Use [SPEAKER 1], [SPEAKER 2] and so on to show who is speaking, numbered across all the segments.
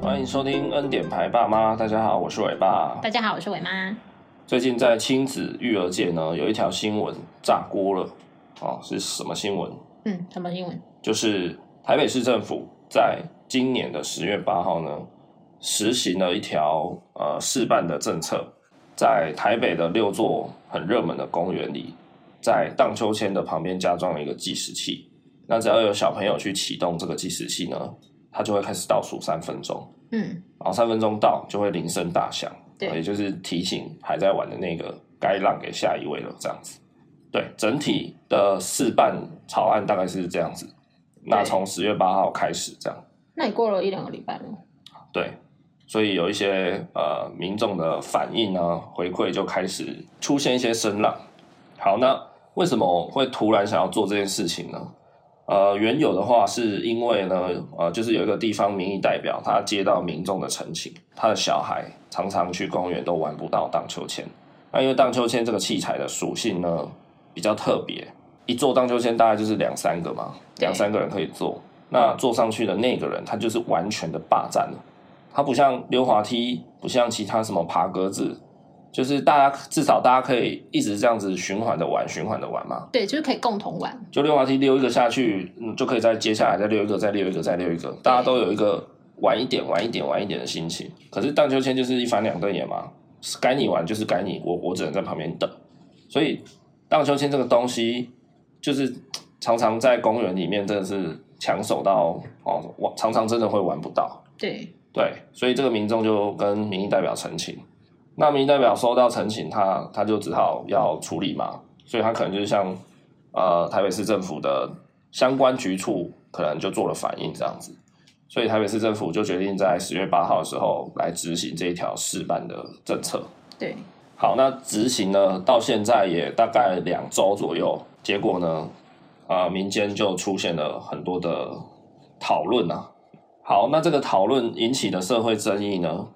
[SPEAKER 1] 欢迎收听《恩典牌爸妈》，大家好，我是伟爸。
[SPEAKER 2] 大家好，我是伟妈。
[SPEAKER 1] 最近在亲子育儿界呢，有一条新闻炸锅了，哦，是什么新闻？
[SPEAKER 2] 嗯，什么新闻？
[SPEAKER 1] 就是台北市政府在今年的十月八号呢，实行了一条呃试办的政策，在台北的六座很热门的公园里，在荡秋千的旁边加装了一个计时器。那只要有小朋友去启动这个计时器呢，它就会开始倒数三分钟。
[SPEAKER 2] 嗯，
[SPEAKER 1] 然后三分钟到就会铃声大响，
[SPEAKER 2] 对
[SPEAKER 1] 也就是提醒还在玩的那个该让给下一位了，这样子。对，整体的试办草案大概是这样子。那
[SPEAKER 2] 对
[SPEAKER 1] 从十月八号开始，这样
[SPEAKER 2] 那你过了一两个礼拜了，
[SPEAKER 1] 对，所以有一些呃民众的反应啊回馈就开始出现一些声浪。好，那为什么会突然想要做这件事情呢？呃，原有的话是因为呢，呃，就是有一个地方民意代表，他接到民众的陈情，他的小孩常常去公园都玩不到荡秋千。那因为荡秋千这个器材的属性呢比较特别，一坐荡秋千大概就是两三个嘛，
[SPEAKER 2] 对
[SPEAKER 1] 两三个人可以坐。那坐上去的那个人，他就是完全的霸占了。它不像溜滑梯，不像其他什么爬格子，就是大家至少大家可以一直这样子循环的玩，循环的玩嘛。
[SPEAKER 2] 对，就是可以共同玩，
[SPEAKER 1] 就溜滑梯溜一个下去，嗯，就可以再接下来再溜一个，再溜一个，再溜一个，大家都有一个玩一点、玩一点、玩一点的心情。可是荡秋千就是一翻两瞪眼嘛，该你玩就是该你，我我只能在旁边等。所以荡秋千这个东西，就是常常在公园里面真的是抢手到哦，我常常真的会玩不到。
[SPEAKER 2] 对，
[SPEAKER 1] 对，所以这个民众就跟民意代表陈情。那民意代表收到陈情，他他就只好要处理嘛，所以他可能就是向呃台北市政府的相关局处可能就做了反应这样子，所以台北市政府就决定在十月八号的时候来执行这一条试办的政策。
[SPEAKER 2] 对，
[SPEAKER 1] 好，那执行呢，到现在也大概两周左右，结果呢，呃，民间就出现了很多的讨论啊。好，那这个讨论引起的社会争议呢，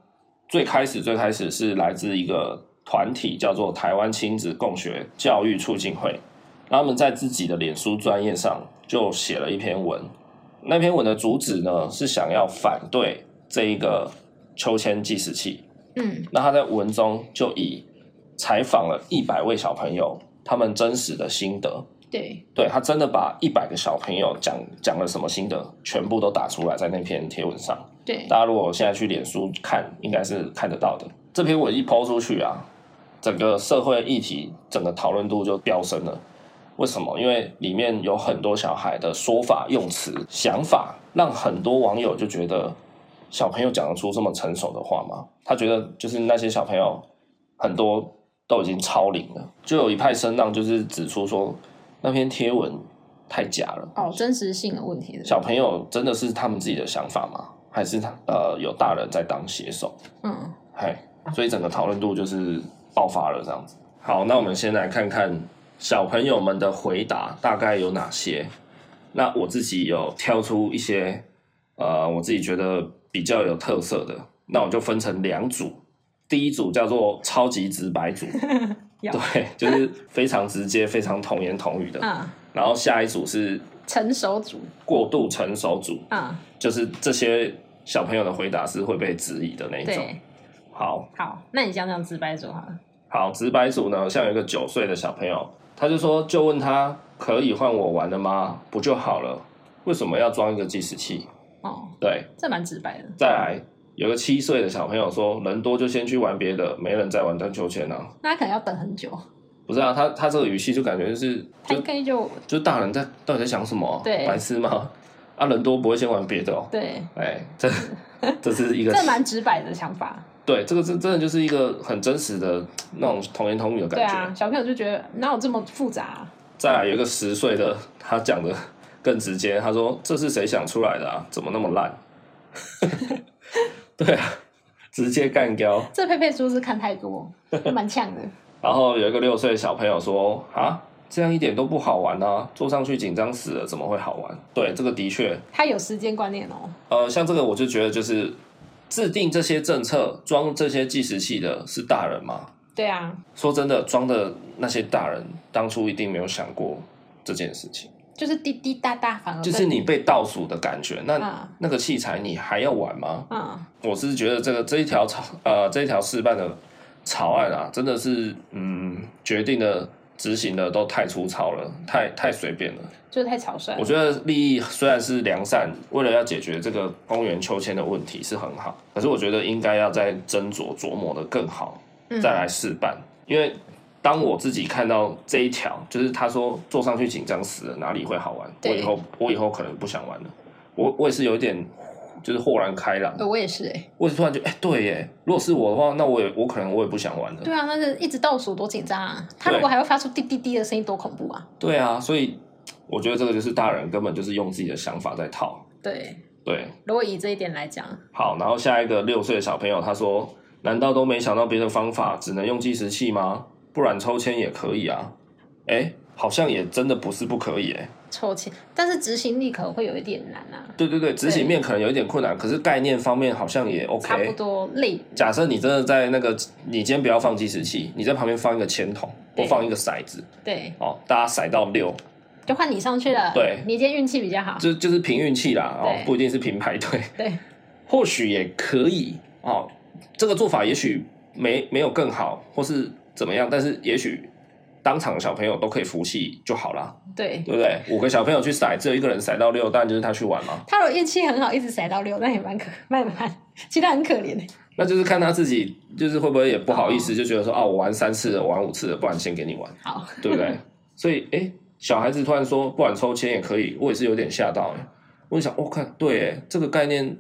[SPEAKER 1] 最开始最开始是来自一个团体，叫做台湾亲子共学教育促进会，那他们在自己的脸书专业上就写了一篇文，那篇文的主旨呢是想要反对这一个秋千计时器，
[SPEAKER 2] 嗯，
[SPEAKER 1] 那他在文中就以采访了一百位小朋友，他们真实的心得，
[SPEAKER 2] 对，
[SPEAKER 1] 对他真的把一百个小朋友讲讲了什么心得，全部都打出来在那篇贴文上。
[SPEAKER 2] 对，
[SPEAKER 1] 大家如果现在去脸书看，应该是看得到的。这篇文一抛出去啊，整个社会议题整个讨论度就飙升了。为什么？因为里面有很多小孩的说法、用词、想法，让很多网友就觉得小朋友讲得出这么成熟的话吗？他觉得就是那些小朋友很多都已经超龄了，就有一派声浪就是指出说那篇贴文太假了。
[SPEAKER 2] 哦，真实性的问题的，
[SPEAKER 1] 小朋友真的是他们自己的想法吗？还是他呃有大人在当写手？
[SPEAKER 2] 嗯，
[SPEAKER 1] 嘿，所以整个讨论度就是爆发了这样子。好，那我们先来看看小朋友们的回答大概有哪些。那我自己有挑出一些，呃，我自己觉得比较有特色的，那我就分成两组。第一组叫做超级直白组，
[SPEAKER 2] 要
[SPEAKER 1] 对，就是非常直接、非常童言童语的。
[SPEAKER 2] 啊，
[SPEAKER 1] 然后下一组是
[SPEAKER 2] 成熟组
[SPEAKER 1] 过度成熟组，
[SPEAKER 2] 啊，
[SPEAKER 1] 就是这些小朋友的回答是会被质疑的那一种。
[SPEAKER 2] 对，
[SPEAKER 1] 好
[SPEAKER 2] 好，那你讲讲直白组好了，
[SPEAKER 1] 好，直白组呢，像有一个九岁的小朋友，他就说，就问他可以换我玩了吗？不就好了？为什么要装一个计时器？
[SPEAKER 2] 哦，
[SPEAKER 1] 对，
[SPEAKER 2] 这蛮直白的，
[SPEAKER 1] 再来有个七岁的小朋友说，人多就先去玩别的，没人再玩荡秋千啊。
[SPEAKER 2] 那他可能要等很久，
[SPEAKER 1] 不是啊，他他这个语气就感觉就是
[SPEAKER 2] 他
[SPEAKER 1] 就
[SPEAKER 2] 应该就
[SPEAKER 1] 就大人在到底在想什么、
[SPEAKER 2] 对
[SPEAKER 1] 白痴吗？啊，人多不会先玩别的哦。
[SPEAKER 2] 对，
[SPEAKER 1] 哎，这这是一个
[SPEAKER 2] 这蛮直白的想法，
[SPEAKER 1] 对，这个真真的就是一个很真实的那种童言童语的
[SPEAKER 2] 对
[SPEAKER 1] 感觉。
[SPEAKER 2] 啊，小朋友就觉得哪有这么复杂啊，
[SPEAKER 1] 再来有一个十岁的，他讲的更直接，他说：“这是谁想出来的啊？怎么那么烂？” 对啊，直接干掉。
[SPEAKER 2] 这佩佩说是看太 多，蛮呛的，
[SPEAKER 1] 然后有一个六岁的小朋友说：“啊，这样一点都不好玩啊，坐上去紧张死了，怎么会好玩？”对，这个的确，
[SPEAKER 2] 他有时间观念哦，
[SPEAKER 1] 呃，像这个我就觉得就是制定这些政策、装这些计时器的是大人吗？
[SPEAKER 2] 对啊，
[SPEAKER 1] 说真的，装的那些大人当初一定没有想过这件事情。
[SPEAKER 2] 就是滴滴答答，反而
[SPEAKER 1] 就是
[SPEAKER 2] 更
[SPEAKER 1] 你被倒数的感觉。那、
[SPEAKER 2] 啊
[SPEAKER 1] 那个器材你还要玩吗？
[SPEAKER 2] 嗯
[SPEAKER 1] 我是觉得这个这一条草呃这一条事办的草案啊，真的是嗯决定的执行的都太粗糙了，太太随便了。
[SPEAKER 2] 就是太草率
[SPEAKER 1] 我。觉得利益虽然是良善，为了要解决这个公园秋千的问题是很好，可是我觉得应该要再斟酌琢磨的更好，
[SPEAKER 2] 嗯
[SPEAKER 1] 再来试办。因为当我自己看到这一条，就是他说坐上去紧张死了，哪里会好玩？我
[SPEAKER 2] 对
[SPEAKER 1] 以后我以后可能不想玩了。我我也是有一点就是豁然开朗，
[SPEAKER 2] 呃我也是哎、
[SPEAKER 1] 我也突然觉得，哎、对耶，如果是我的话，那我也我可能我也不想玩了。
[SPEAKER 2] 对啊，那是一直倒数多紧张啊！他
[SPEAKER 1] 对
[SPEAKER 2] 如果还要发出滴滴滴的声音，多恐怖啊！
[SPEAKER 1] 对啊，所以我觉得这个就是大人根本就是用自己的想法在套。
[SPEAKER 2] 对，
[SPEAKER 1] 对，
[SPEAKER 2] 如果以这一点来讲，
[SPEAKER 1] 好，然后下一个六岁的小朋友他说：“难道都没想到别的方法，只能用计时器吗？不然抽签也可以啊。”哎，好像也真的不是不可以哎。
[SPEAKER 2] 抽签，但是执行力可能会有一点难啊，
[SPEAKER 1] 对对对，执行面可能有一点困难，可是概念方面好像也
[SPEAKER 2] 差不
[SPEAKER 1] OK。
[SPEAKER 2] 多类
[SPEAKER 1] 假设你真的在那个，你今天不要放计时器，你在旁边放一个铅筒或
[SPEAKER 2] 对
[SPEAKER 1] 放一个骰子，
[SPEAKER 2] 对，
[SPEAKER 1] 哦，大家骰到六，
[SPEAKER 2] 就换你上去了。
[SPEAKER 1] 对
[SPEAKER 2] 你今天运气比较好。
[SPEAKER 1] 就就是凭运气啦，哦
[SPEAKER 2] 对，
[SPEAKER 1] 不一定是凭排队。
[SPEAKER 2] 对，
[SPEAKER 1] 或许也可以哦，这个做法也许没没有更好，或是怎么样，但是也许当场小朋友都可以服气就好啦，
[SPEAKER 2] 对，
[SPEAKER 1] 对不对？五个小朋友去骰，只有一个人骰到六，当然就是他去玩嘛，
[SPEAKER 2] 他如果运气很好，一直甩到六，那也蛮可蛮蛮，其实他很可怜欸的。
[SPEAKER 1] 那就是看他自己，就是会不会也不好意思，就觉得说啊，我玩三次了，我玩五次了，不然先给你玩，
[SPEAKER 2] 好，
[SPEAKER 1] 对不对？所以诶，小孩子突然说不然抽签也可以，我也是有点吓到诶、我就想，我、看对诶，这个概念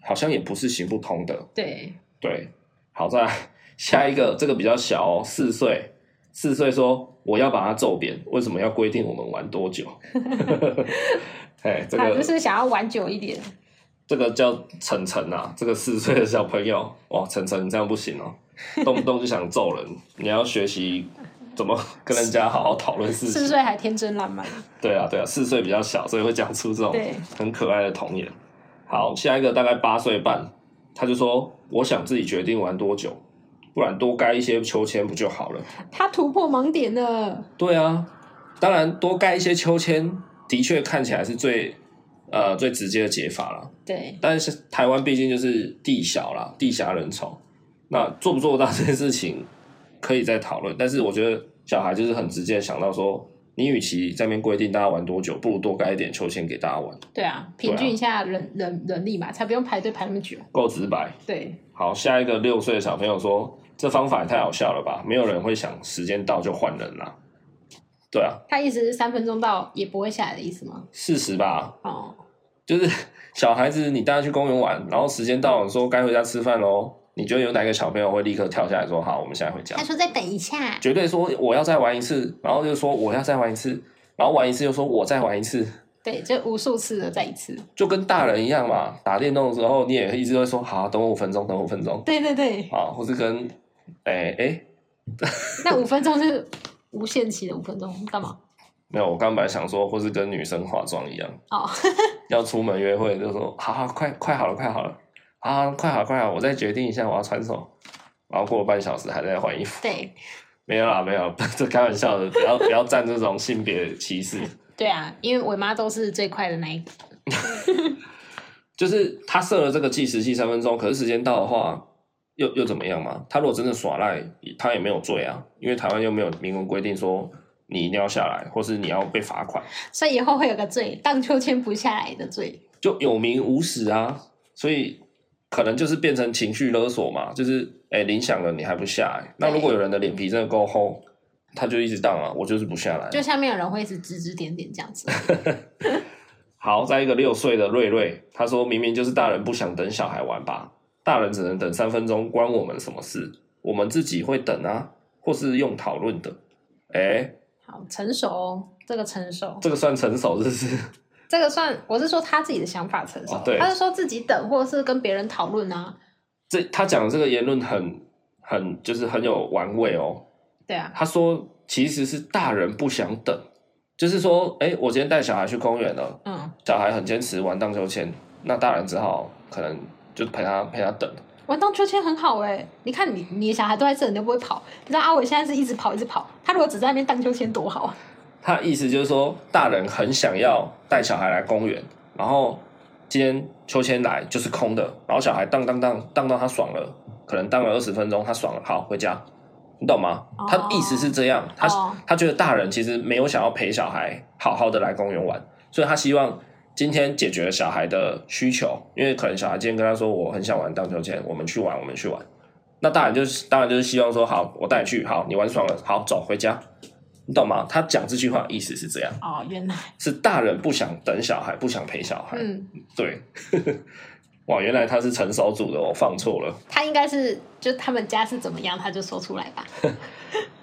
[SPEAKER 1] 好像也不是行不通的。
[SPEAKER 2] 对，
[SPEAKER 1] 对，好，再来下一个，这个比较小、哦，四岁，四岁说我要把它揍扁，为什么要规定我们玩多久？ 哎，这
[SPEAKER 2] 他就
[SPEAKER 1] 个
[SPEAKER 2] 是想要玩久一点。
[SPEAKER 1] 这个叫晨晨啊，这个四岁的小朋友，哇，晨晨你这样不行哦，动不动就想揍人，你要学习怎么跟人家好好讨论事
[SPEAKER 2] 四
[SPEAKER 1] 情。
[SPEAKER 2] 岁还天真烂漫，
[SPEAKER 1] 对啊，对啊，四岁比较小，所以会讲出这种
[SPEAKER 2] 对
[SPEAKER 1] 很可爱的童言。好，下一个大概八岁半，他就说：“我想自己决定玩多久，不然多盖一些秋千不就好了
[SPEAKER 2] 他突破盲点了。？”
[SPEAKER 1] 对啊，当然多盖一些秋千的确看起来是最呃最直接的解法了。
[SPEAKER 2] 对，
[SPEAKER 1] 但是台湾毕竟就是地小啦，地狭人稠，那做不做得到这件事情可以再讨论。但是我觉得小孩就是很直接地想到说，你与其在那边规定大家玩多久，不如多盖一点秋千给大家玩，
[SPEAKER 2] 对啊，平均一下人、人人力嘛，才不用排队排那么久。
[SPEAKER 1] 够直白。
[SPEAKER 2] 对，
[SPEAKER 1] 好，下一个六岁的小朋友说，这方法也太好笑了吧？没有人会想时间到就换人啦、对啊，
[SPEAKER 2] 他意思是三分钟到也不会下来的意思吗？
[SPEAKER 1] 事实吧，
[SPEAKER 2] 哦，
[SPEAKER 1] 就是小孩子你带他去公园玩，然后时间到了说该回家吃饭喽，你觉得有哪个小朋友会立刻跳下来说好，我们现在回家
[SPEAKER 2] 他？说再等一下，
[SPEAKER 1] 绝对说我要再玩一次，然后就说我要再玩一次，然后玩一次又说我再玩一次，
[SPEAKER 2] 对，就无数次的再一次。
[SPEAKER 1] 就跟大人一样嘛。打电动的时候，你也一直会说好，等我五分钟，等我五分钟
[SPEAKER 2] 对对对，
[SPEAKER 1] 啊，或是跟哎哎，
[SPEAKER 2] 那五分钟是无限期的五分钟，干嘛？
[SPEAKER 1] 没有，我刚本来想说，或是跟女生化妆一样，
[SPEAKER 2] 哦，
[SPEAKER 1] 要出门约会就说好好快快好了快好了啊快好快好，我再决定一下我要穿什么。然后过了半小时还在换衣服，
[SPEAKER 2] 对
[SPEAKER 1] 没有啦，没有， 这开玩笑的，不要不要占这种性别歧视。
[SPEAKER 2] 对啊，因为我妈都是最快的那一个。
[SPEAKER 1] 就是他设了这个计时器三分钟，可是时间到的话，又又怎么样嘛？他如果真的耍赖，他也没有罪啊，因为台湾又没有明文规定说你一定要下来，或是你要被罚款，
[SPEAKER 2] 所以以后会有个罪，荡秋千不下来的罪。
[SPEAKER 1] 就有名无实啊。所以可能就是变成情绪勒索嘛，就是哎、铃响了你还不下来，那如果有人的脸皮真的够厚，他就一直荡啊，我就是不下来。
[SPEAKER 2] 就下面有人会一直指指点点这 样子。
[SPEAKER 1] 好，再一个六岁的瑞瑞，他说明明就是大人不想等小孩玩吧，大人只能等三分钟，关我们什么事？我们自己会等啊，或是用讨论的。哎、
[SPEAKER 2] 好，成熟哦，这个成熟，
[SPEAKER 1] 这个算成熟，是不是？
[SPEAKER 2] 这个算我是说他自己的想法成熟，
[SPEAKER 1] 哦对
[SPEAKER 2] 他是说自己等或者是跟别人讨论啊，
[SPEAKER 1] 这他讲的这个言论很很就是很有玩味哦。
[SPEAKER 2] 对啊，
[SPEAKER 1] 他说其实是大人不想等，就是说，哎、我今天带小孩去公园了，
[SPEAKER 2] 嗯，
[SPEAKER 1] 小孩很坚持玩荡秋千，那大人只好可能就陪他陪他等。
[SPEAKER 2] 玩荡秋千很好哎、你看你你的小孩都在这，你都不会跑，你知道阿伟现在是一直跑一直跑，他如果只在那边荡秋千多好啊，
[SPEAKER 1] 他意思就是说，大人很想要带小孩来公园，然后今天秋千来就是空的，然后小孩荡荡荡荡到他爽了，可能荡了二十分钟，他爽了，好回家，你懂吗
[SPEAKER 2] 哦？
[SPEAKER 1] 他意思是这样，他
[SPEAKER 2] 哦
[SPEAKER 1] 他觉得大人其实没有想要陪小孩好好的来公园玩，所以他希望。今天解决了小孩的需求，因为可能小孩今天跟他说我很想玩荡秋千，我们去玩，我们去玩。那大人就是当然就是希望说好，我带你去，好，你玩爽了，好，走回家，你懂吗？他讲这句话的意思是这样，
[SPEAKER 2] 哦，原来，
[SPEAKER 1] 是大人不想等小孩，不想陪小孩。
[SPEAKER 2] 嗯，
[SPEAKER 1] 对， 哇，原来他是成熟组的，我放错了。
[SPEAKER 2] 他应该是就他们家是怎么样，他就说出来吧。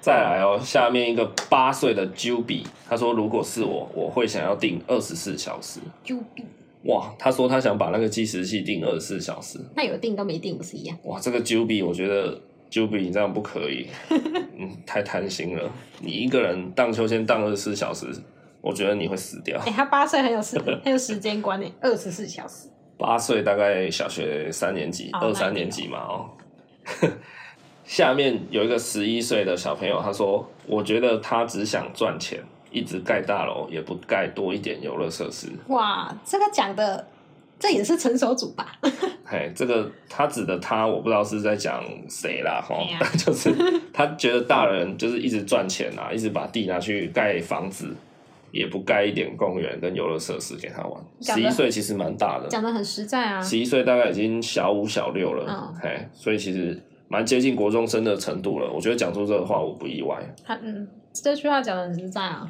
[SPEAKER 1] 再来哦，下面一个八岁的 Juby，他说如果是我，我会想要定二十四小时。
[SPEAKER 2] U B，
[SPEAKER 1] 哇，他说他想把那个计时器定二十四小时。
[SPEAKER 2] 那有定跟没定不是一样？
[SPEAKER 1] 哇，这个 Juby 我觉得 Juby 你这样不可以，嗯，太贪心了。你一个人荡秋千荡二十四小时，我觉得你会死掉
[SPEAKER 2] 哎、。他八岁很有 时很有时间观念，二十四小时。
[SPEAKER 1] 八岁大概小学三年级、
[SPEAKER 2] 哦
[SPEAKER 1] 二三年级嘛哦。 下面有一个十一岁的小朋友，他说：“我觉得他只想赚钱，一直盖大楼，也不盖多一点游乐设施。
[SPEAKER 2] 哇，这个讲的这也是成熟组吧？
[SPEAKER 1] 嘿，这个他指的他，我不知道是在讲谁啦，哈、
[SPEAKER 2] 谁呀
[SPEAKER 1] 就是他觉得大人就是一直赚钱啊，一直把地拿去盖房子，也不盖一点公园跟游乐设施给他玩。
[SPEAKER 2] 讲
[SPEAKER 1] 十
[SPEAKER 2] 得
[SPEAKER 1] 一岁其实蛮大的，
[SPEAKER 2] 讲的很实在啊。
[SPEAKER 1] 十一岁大概已经小五小六了，
[SPEAKER 2] 嗯
[SPEAKER 1] 嘿，所以其实蛮接近国中生的程度了。我觉得讲出这个话我不意外。
[SPEAKER 2] 他嗯，这句话讲的很实在啊。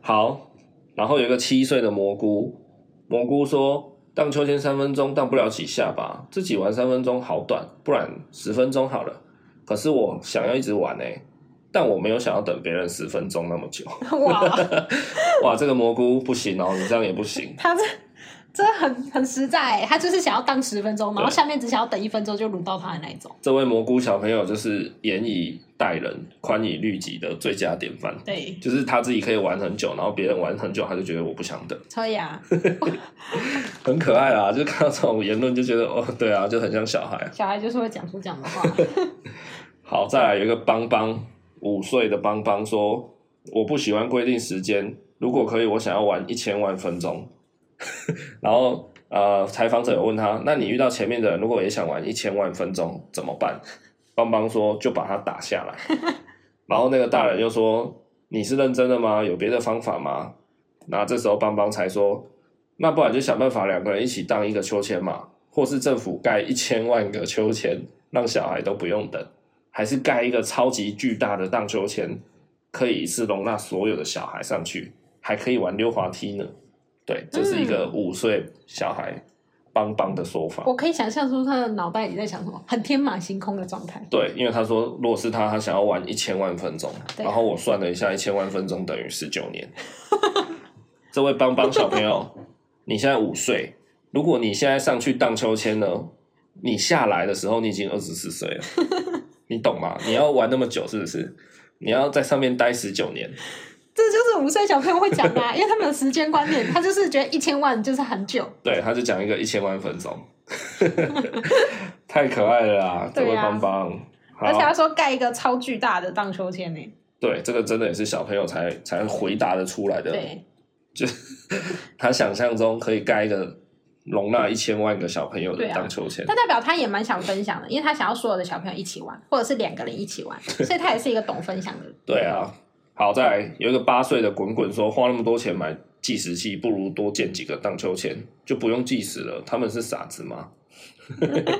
[SPEAKER 1] 好，然后有一个七岁的蘑菇，蘑菇说荡秋千三分钟荡不了几下吧，自己玩三分钟好短，不然十分钟好了。可是我想要一直玩呢、欸但我没有想要等别人十分钟那么久。
[SPEAKER 2] 哇，
[SPEAKER 1] 哇，这个蘑菇不行哦，你这样也不行。
[SPEAKER 2] 他这这很很实在欸，他就是想要当十分钟，然后
[SPEAKER 1] 对
[SPEAKER 2] 下面只想要等一分钟就轮到他的那一种。
[SPEAKER 1] 这位蘑菇小朋友就是严以待人、宽以律己的最佳典范。
[SPEAKER 2] 对，
[SPEAKER 1] 就是他自己可以玩很久，然后别人玩很久，他就觉得我不想等，
[SPEAKER 2] 所以啊，
[SPEAKER 1] 很可爱啦。就看到这种言论，就觉得哦，对啊，就很像小孩。
[SPEAKER 2] 小孩就是会讲出这样的话。
[SPEAKER 1] 好，再来有一个邦邦，五岁的邦邦说，我不喜欢规定时间，如果可以，我想要玩一千万分钟。 然后呃，采访者有问他，那你遇到前面的人，如果也想玩一千万分钟怎么办？邦邦说，就把他打下来。然后那个大人又说，你是认真的吗？有别的方法吗？那这时候邦邦才说，那不然就想办法两个人一起当一个秋千嘛，或是政府盖一千万个秋千，让小孩都不用等。还是盖一个超级巨大的荡秋千，可以一次容纳所有的小孩上去，还可以玩溜滑梯呢。对，这是一个五岁小孩邦邦的说法。
[SPEAKER 2] 我可以想象出他的脑袋里在想什么，很天马行空的状态。
[SPEAKER 1] 对，因为他说，如果是他，他想要玩一千万分钟，
[SPEAKER 2] 啊对
[SPEAKER 1] 然后我算了一下，一千万分钟等于十九年。这位邦邦小朋友，你现在五岁，如果你现在上去荡秋千呢，你下来的时候你已经二十四岁了，你懂吗？你要玩那么久是不是？你要在上面待十九年，
[SPEAKER 2] 这就是五岁小朋友会讲的、啊，因为他们有时间观念，他就是觉得一千万就是很久。
[SPEAKER 1] 对，他就讲一个一千万分钟， 太可爱了啦！这
[SPEAKER 2] 对
[SPEAKER 1] 位
[SPEAKER 2] 啊
[SPEAKER 1] 邦邦，好
[SPEAKER 2] 而且他说盖一个超巨大的荡秋千呢、
[SPEAKER 1] 对这个真的也是小朋友才才回答的出来的
[SPEAKER 2] 对，
[SPEAKER 1] 他想象中可以盖一个容纳一千万个小朋友的
[SPEAKER 2] 嗯对啊
[SPEAKER 1] 荡秋千，
[SPEAKER 2] 但代表他也蛮想分享的，因为他想要所有的小朋友一起玩，或者是两个人一起玩，所以他也是一个懂分享的人。
[SPEAKER 1] 对啊。好，再来有一个八岁的滚滚说，花那么多钱买计时器，不如多建几个荡秋千，就不用计时了。他们是傻子 吗？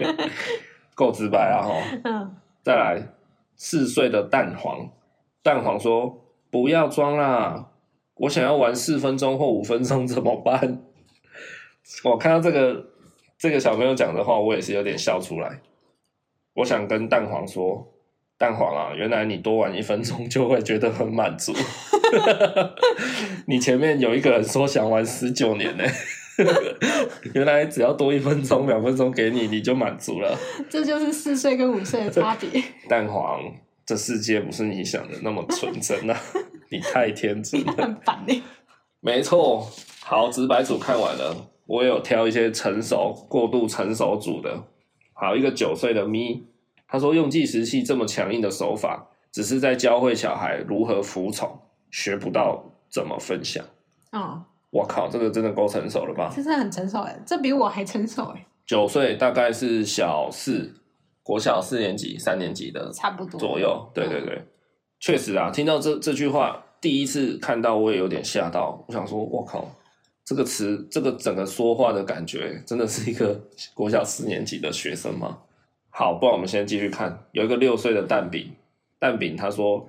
[SPEAKER 1] 够直白啊！哈，
[SPEAKER 2] 嗯，
[SPEAKER 1] 再来四岁的蛋黄，蛋黄说不要装啦，我想要玩四分钟或五分钟怎么办？ 我看到这个这个小朋友讲的话，我也是有点笑出来。我想跟蛋黄说，蛋黄啊，原来你多玩一分钟就会觉得很满足。 你前面有一个人说想玩十九年呢、 原来只要多一分钟、两分钟给你，你就满足了。
[SPEAKER 2] 这就是四岁跟五岁的差别。
[SPEAKER 1] 蛋黄，这世界不是你想的那么纯真啊！ 你太天真了。
[SPEAKER 2] 很烦呢、
[SPEAKER 1] 没错，好，直白组看完了，我也有挑一些成熟、过度成熟组的。好，一个九岁的咪，他说用计时器这么强硬的手法，只是在教会小孩如何服从，学不到怎么分享。
[SPEAKER 2] 嗯，
[SPEAKER 1] 我靠，这个真的够成熟了吧？
[SPEAKER 2] 这是很成熟哎，这比我还成熟哎，
[SPEAKER 1] 九岁大概是小四，国小四年级、三年级的
[SPEAKER 2] 差不多
[SPEAKER 1] 左右。对对对，确实啊，听到这这句话，第一次看到我也有点吓到，我想说，我靠，这个词，这个整个说话的感觉，真的是一个国小四年级的学生吗？好，不然我们先继续看，有一个六岁的蛋饼，蛋饼他说。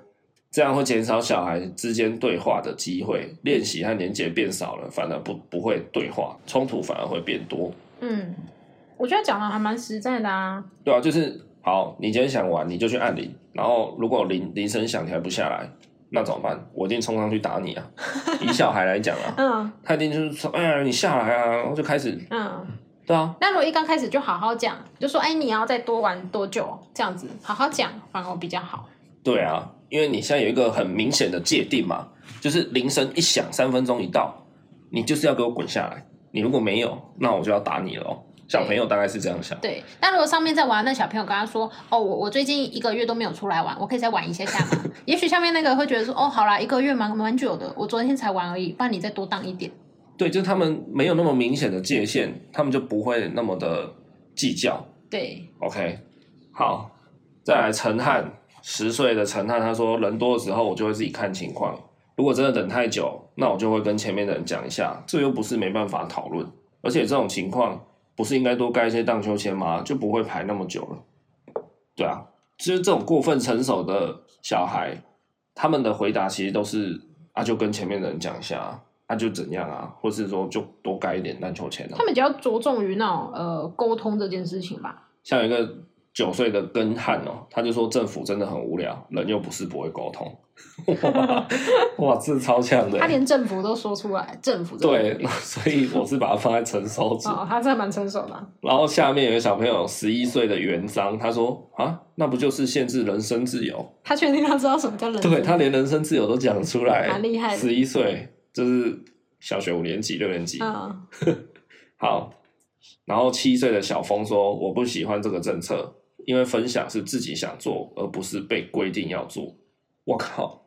[SPEAKER 1] 这样会减少小孩之间对话的机会，练习和连接变少了，反而不不会对话，冲突反而会变多。
[SPEAKER 2] 嗯，我觉得讲的还蛮实在的啊。
[SPEAKER 1] 对啊，就是好，你今天想玩，你就去按铃，然后如果铃铃声响你还不下来，那怎么办？我一定冲上去打你啊！以小孩来讲啊，
[SPEAKER 2] 嗯
[SPEAKER 1] 他一定就是说，哎呀，你下来啊，然后就开始，
[SPEAKER 2] 嗯，
[SPEAKER 1] 对啊，
[SPEAKER 2] 那如果一刚开始就好好讲，就说哎，你要再多玩多久？这样子好好讲，反而比较好。
[SPEAKER 1] 对啊，因为你现在有一个很明显的界定嘛，就是铃声一响，三分钟一到，你就是要给我滚下来，你如果没有，那我就要打你了、哦。小朋友大概是这样想，
[SPEAKER 2] 对，那如果上面在玩，那小朋友跟他说：“哦，我我最近一个月都没有出来玩，我可以再玩一下下吗？” 也许下面那个会觉得说：“哦，好啦，一个月蛮蛮久的，我昨天才玩而已，不然你再多当一点。
[SPEAKER 1] 对，就是他们没有那么明显的界限，他们就不会那么的计较。”
[SPEAKER 2] 对，
[SPEAKER 1] OK，好，再来陈汉，十岁的陈汉，他说人多的时候我就会自己看情况，如果真的等太久，那我就会跟前面的人讲一下，这又不是没办法讨论，而且这种情况不是应该多盖一些荡秋千吗？就不会排那么久了。对啊，就是这种过分成熟的小孩，他们的回答其实都是啊，就跟前面的人讲一下啊，啊就怎样啊，或是说就多盖一点荡秋千啊
[SPEAKER 2] 他。们比较着重于那种呃沟通这件事情吧。
[SPEAKER 1] 像有一个九岁的根汉哦，他就说政府真的很无聊，人又不是不会沟通，哇 哇，这超强的
[SPEAKER 2] 他，连政府都说出来，政府这个
[SPEAKER 1] 对，所以我是把它放在成熟组。
[SPEAKER 2] 哦，他真的蛮成熟的啊。
[SPEAKER 1] 然后下面有个小朋友十一岁的元章，他说啊，那不就是限制人身自由？
[SPEAKER 2] 他确定他知道什么叫人生
[SPEAKER 1] 对他连人身自由都讲出来，
[SPEAKER 2] 蛮厉害的
[SPEAKER 1] 十一岁就是小学五年级、六年级，
[SPEAKER 2] 嗯，
[SPEAKER 1] 好，然后七岁的小峰说：“我不喜欢这个政策，因为分享是自己想做，而不是被规定要做。”我靠，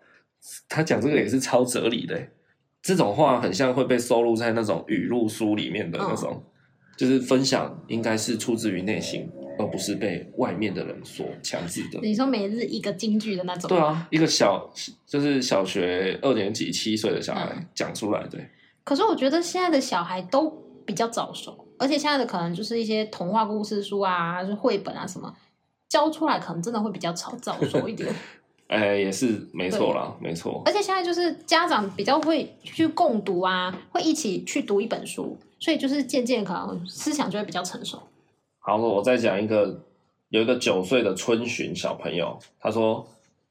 [SPEAKER 1] 他讲这个也是超哲理的欸，这种话很像会被收录在那种语录书里面的那种，就是分享应该是出自于内心，而不是被外面的人所强制的。
[SPEAKER 2] 你说每日一个京剧的那种，
[SPEAKER 1] 对啊，一个小就是小学二年级七岁的小孩
[SPEAKER 2] 嗯
[SPEAKER 1] 讲出来的欸，
[SPEAKER 2] 可是我觉得现在的小孩都比较早熟，而且现在的可能就是一些童话故事书啊、就是绘本啊什么，教出来可能真的会比较早早熟一点。
[SPEAKER 1] 哎、也是没错啦，没错。
[SPEAKER 2] 而且现在就是家长比较会去共读啊，会一起去读一本书，所以就是渐渐可能思想就会比较成熟。
[SPEAKER 1] 好，我再讲一个，有一个九岁的春巡小朋友，他说，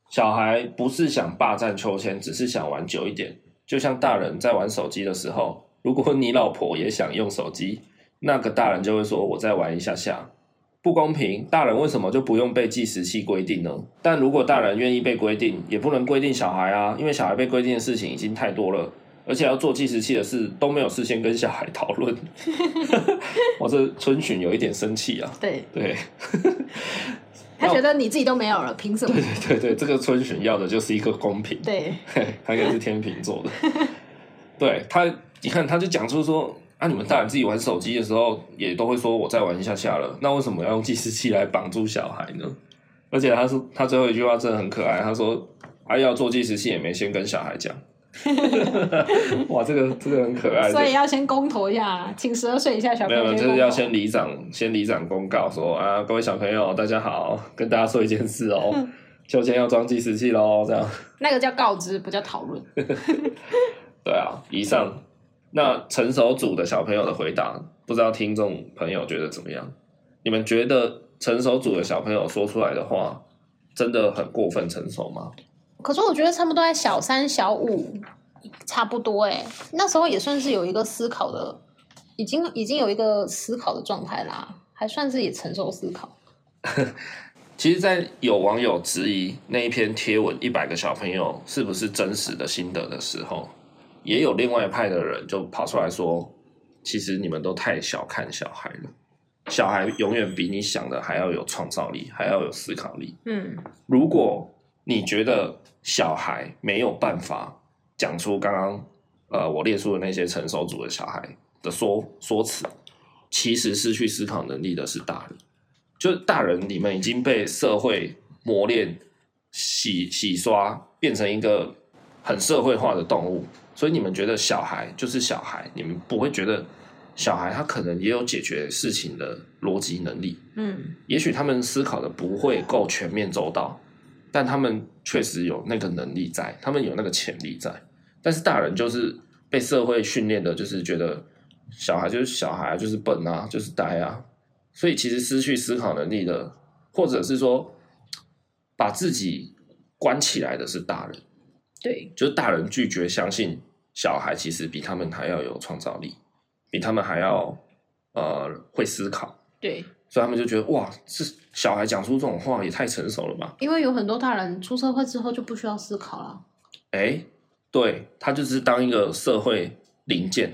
[SPEAKER 1] 小孩不是想霸占秋千，只是想玩久一点。就像大人在玩手机的时候，如果你老婆也想用手机，那个大人就会说我再玩一下下，不公平。大人为什么就不用被计时器规定呢？但如果大人愿意被规定，也不能规定小孩啊，因为小孩被规定的事情已经太多了。而且要做计时器的事都没有事先跟小孩讨论， 我这春巡有一点生气啊。
[SPEAKER 2] 对
[SPEAKER 1] 对
[SPEAKER 2] 他觉得你自己都没有了，凭什么？
[SPEAKER 1] 对对，这个春巡要的就是一个公平，
[SPEAKER 2] 对，
[SPEAKER 1] 嘿他也是天秤座的。 对他，你看他就讲出说啊，你们大人自己玩手机的时候也都会说我再玩一下下了，那为什么要用计时器来绑住小孩呢？而且他说他最后一句话真的很可爱，他说啊要做计时器也没先跟小孩讲。 哇，这个这个很可爱，
[SPEAKER 2] 所以要先公投一下，请十二岁以下小
[SPEAKER 1] 没
[SPEAKER 2] 朋友
[SPEAKER 1] 有，
[SPEAKER 2] 先
[SPEAKER 1] 就是要
[SPEAKER 2] 公投
[SPEAKER 1] 先里长先里长公告说啊，各位小朋友大家好，跟大家说一件事 哦，秋千要装计时器喽，这样
[SPEAKER 2] 那个叫告知，不叫讨论。
[SPEAKER 1] 对啊。以上那成熟组的小朋友的回答，不知道听众朋友觉得怎么样？你们觉得成熟组的小朋友说出来的话，真的很过分成熟吗？
[SPEAKER 2] 可是我觉得差不多在小三、小五，差不多哎、那时候也算是有一个思考的，已经已经有一个思考的状态啦，还算是也成熟思考。
[SPEAKER 1] 其实，在有网友质疑那一篇贴文一百个小朋友是不是真实的心得的时候，也有另外一派的人就跑出来说，其实你们都太小看小孩了，小孩永远比你想的还要有创造力，还要有思考力。
[SPEAKER 2] 嗯
[SPEAKER 1] 如果你觉得小孩没有办法讲出刚刚呃我列出的那些成熟组的小孩的说说辞，其实失去思考能力的是大人，就是大人你们已经被社会磨练、洗洗刷，变成一个很社会化的动物，所以你们觉得小孩就是小孩，你们不会觉得小孩他可能也有解决事情的逻辑能力，
[SPEAKER 2] 嗯
[SPEAKER 1] 也许他们思考的不会够全面周到，但他们确实有那个能力在，他们有那个潜力在。但是大人就是被社会训练的，就是觉得小孩就是小孩，就是笨啊，就是呆啊，所以其实失去思考能力的，或者是说把自己关起来的是大人，
[SPEAKER 2] 对，
[SPEAKER 1] 就是大人拒绝相信小孩其实比他们还要有创造力，比他们还要呃会思考。
[SPEAKER 2] 对，
[SPEAKER 1] 所以他们就觉得哇，这小孩讲出这种话也太成熟了吧？
[SPEAKER 2] 因为有很多大人出社会之后就不需要思考了。
[SPEAKER 1] 哎、对他就是当一个社会零件，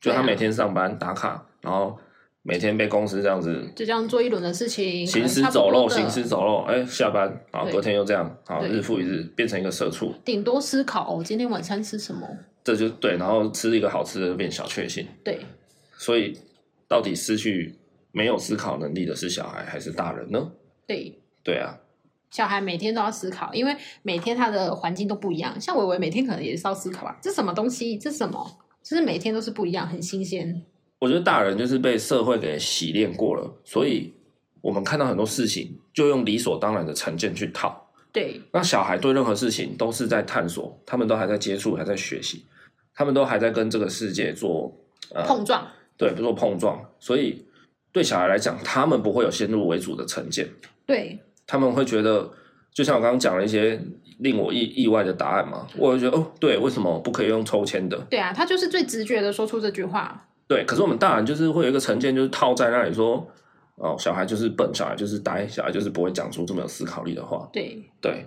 [SPEAKER 1] 就他
[SPEAKER 2] 对啊
[SPEAKER 1] 每天上班打卡，然后每天被公司这样子
[SPEAKER 2] 就这样做一轮的事情，可
[SPEAKER 1] 行
[SPEAKER 2] 能
[SPEAKER 1] 尸
[SPEAKER 2] 差不
[SPEAKER 1] 走
[SPEAKER 2] 多
[SPEAKER 1] 肉，
[SPEAKER 2] 的
[SPEAKER 1] 行尸走肉，哎、下班，然后
[SPEAKER 2] 对
[SPEAKER 1] 隔天又这样，然后
[SPEAKER 2] 对
[SPEAKER 1] 日复一日变成一个社畜，
[SPEAKER 2] 顶多思考哦、今天晚餐吃什么。
[SPEAKER 1] 这就对，然后吃一个好吃的就变小确幸，
[SPEAKER 2] 对，
[SPEAKER 1] 所以到底失去没有思考能力的是小孩还是大人呢？
[SPEAKER 2] 对，
[SPEAKER 1] 对啊，
[SPEAKER 2] 小孩每天都要思考，因为每天他的环境都不一样。像伟伟每天可能也是要思考吧，啊这什么东西，这什么，就是每天都是不一样，很新鲜。
[SPEAKER 1] 我觉得大人就是被社会给洗练过了，所以我们看到很多事情就用理所当然的成见去套。
[SPEAKER 2] 对，
[SPEAKER 1] 那小孩对任何事情都是在探索，他们都还在接触，还在学习，他们都还在跟这个世界做呃
[SPEAKER 2] 碰撞，
[SPEAKER 1] 对，做碰撞。所以对小孩来讲，他们不会有先入为主的成见，
[SPEAKER 2] 对，
[SPEAKER 1] 他们会觉得，就像我刚刚讲了一些令我意意外的答案嘛，我会觉得哦，对，为什么不可以用抽签的？
[SPEAKER 2] 对啊，他就是最直觉的说出这句话。
[SPEAKER 1] 对，可是我们大人就是会有一个成见，就是套在那里说，哦，小孩就是笨，小孩就是呆，小孩就是不会讲出这么有思考力的话。
[SPEAKER 2] 对，
[SPEAKER 1] 对，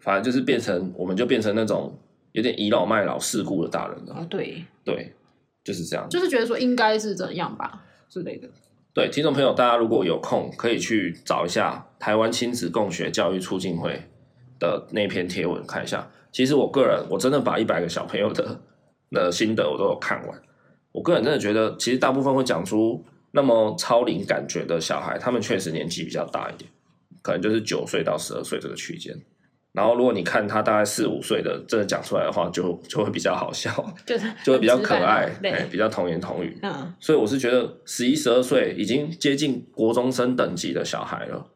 [SPEAKER 1] 反而就是变成，我们就变成那种有点倚老卖老、世故的大人了。
[SPEAKER 2] 哦，对，
[SPEAKER 1] 对，就是这样。
[SPEAKER 2] 就是觉得说应该是怎样吧之类的。
[SPEAKER 1] 对，听众朋友，大家如果有空，可以去找一下台湾亲子共学教育促进会的那篇贴文看一下。其实我个人，我真的把一百个小朋友的的心得我都有看完。我个人真的觉得，其实大部分会讲出那么超龄感觉的小孩，他们确实年纪比较大一点，可能就是九岁到十二岁这个区间。然后，如果你看他大概四五岁的，真的讲出来的话就，就会比较好笑，
[SPEAKER 2] 就是
[SPEAKER 1] 就会比较可
[SPEAKER 2] 很直白
[SPEAKER 1] 爱，
[SPEAKER 2] 对，
[SPEAKER 1] 哎，比较童言童语。
[SPEAKER 2] 嗯，
[SPEAKER 1] 所以我是觉得十一、十二岁已经接近国中生等级的小孩了，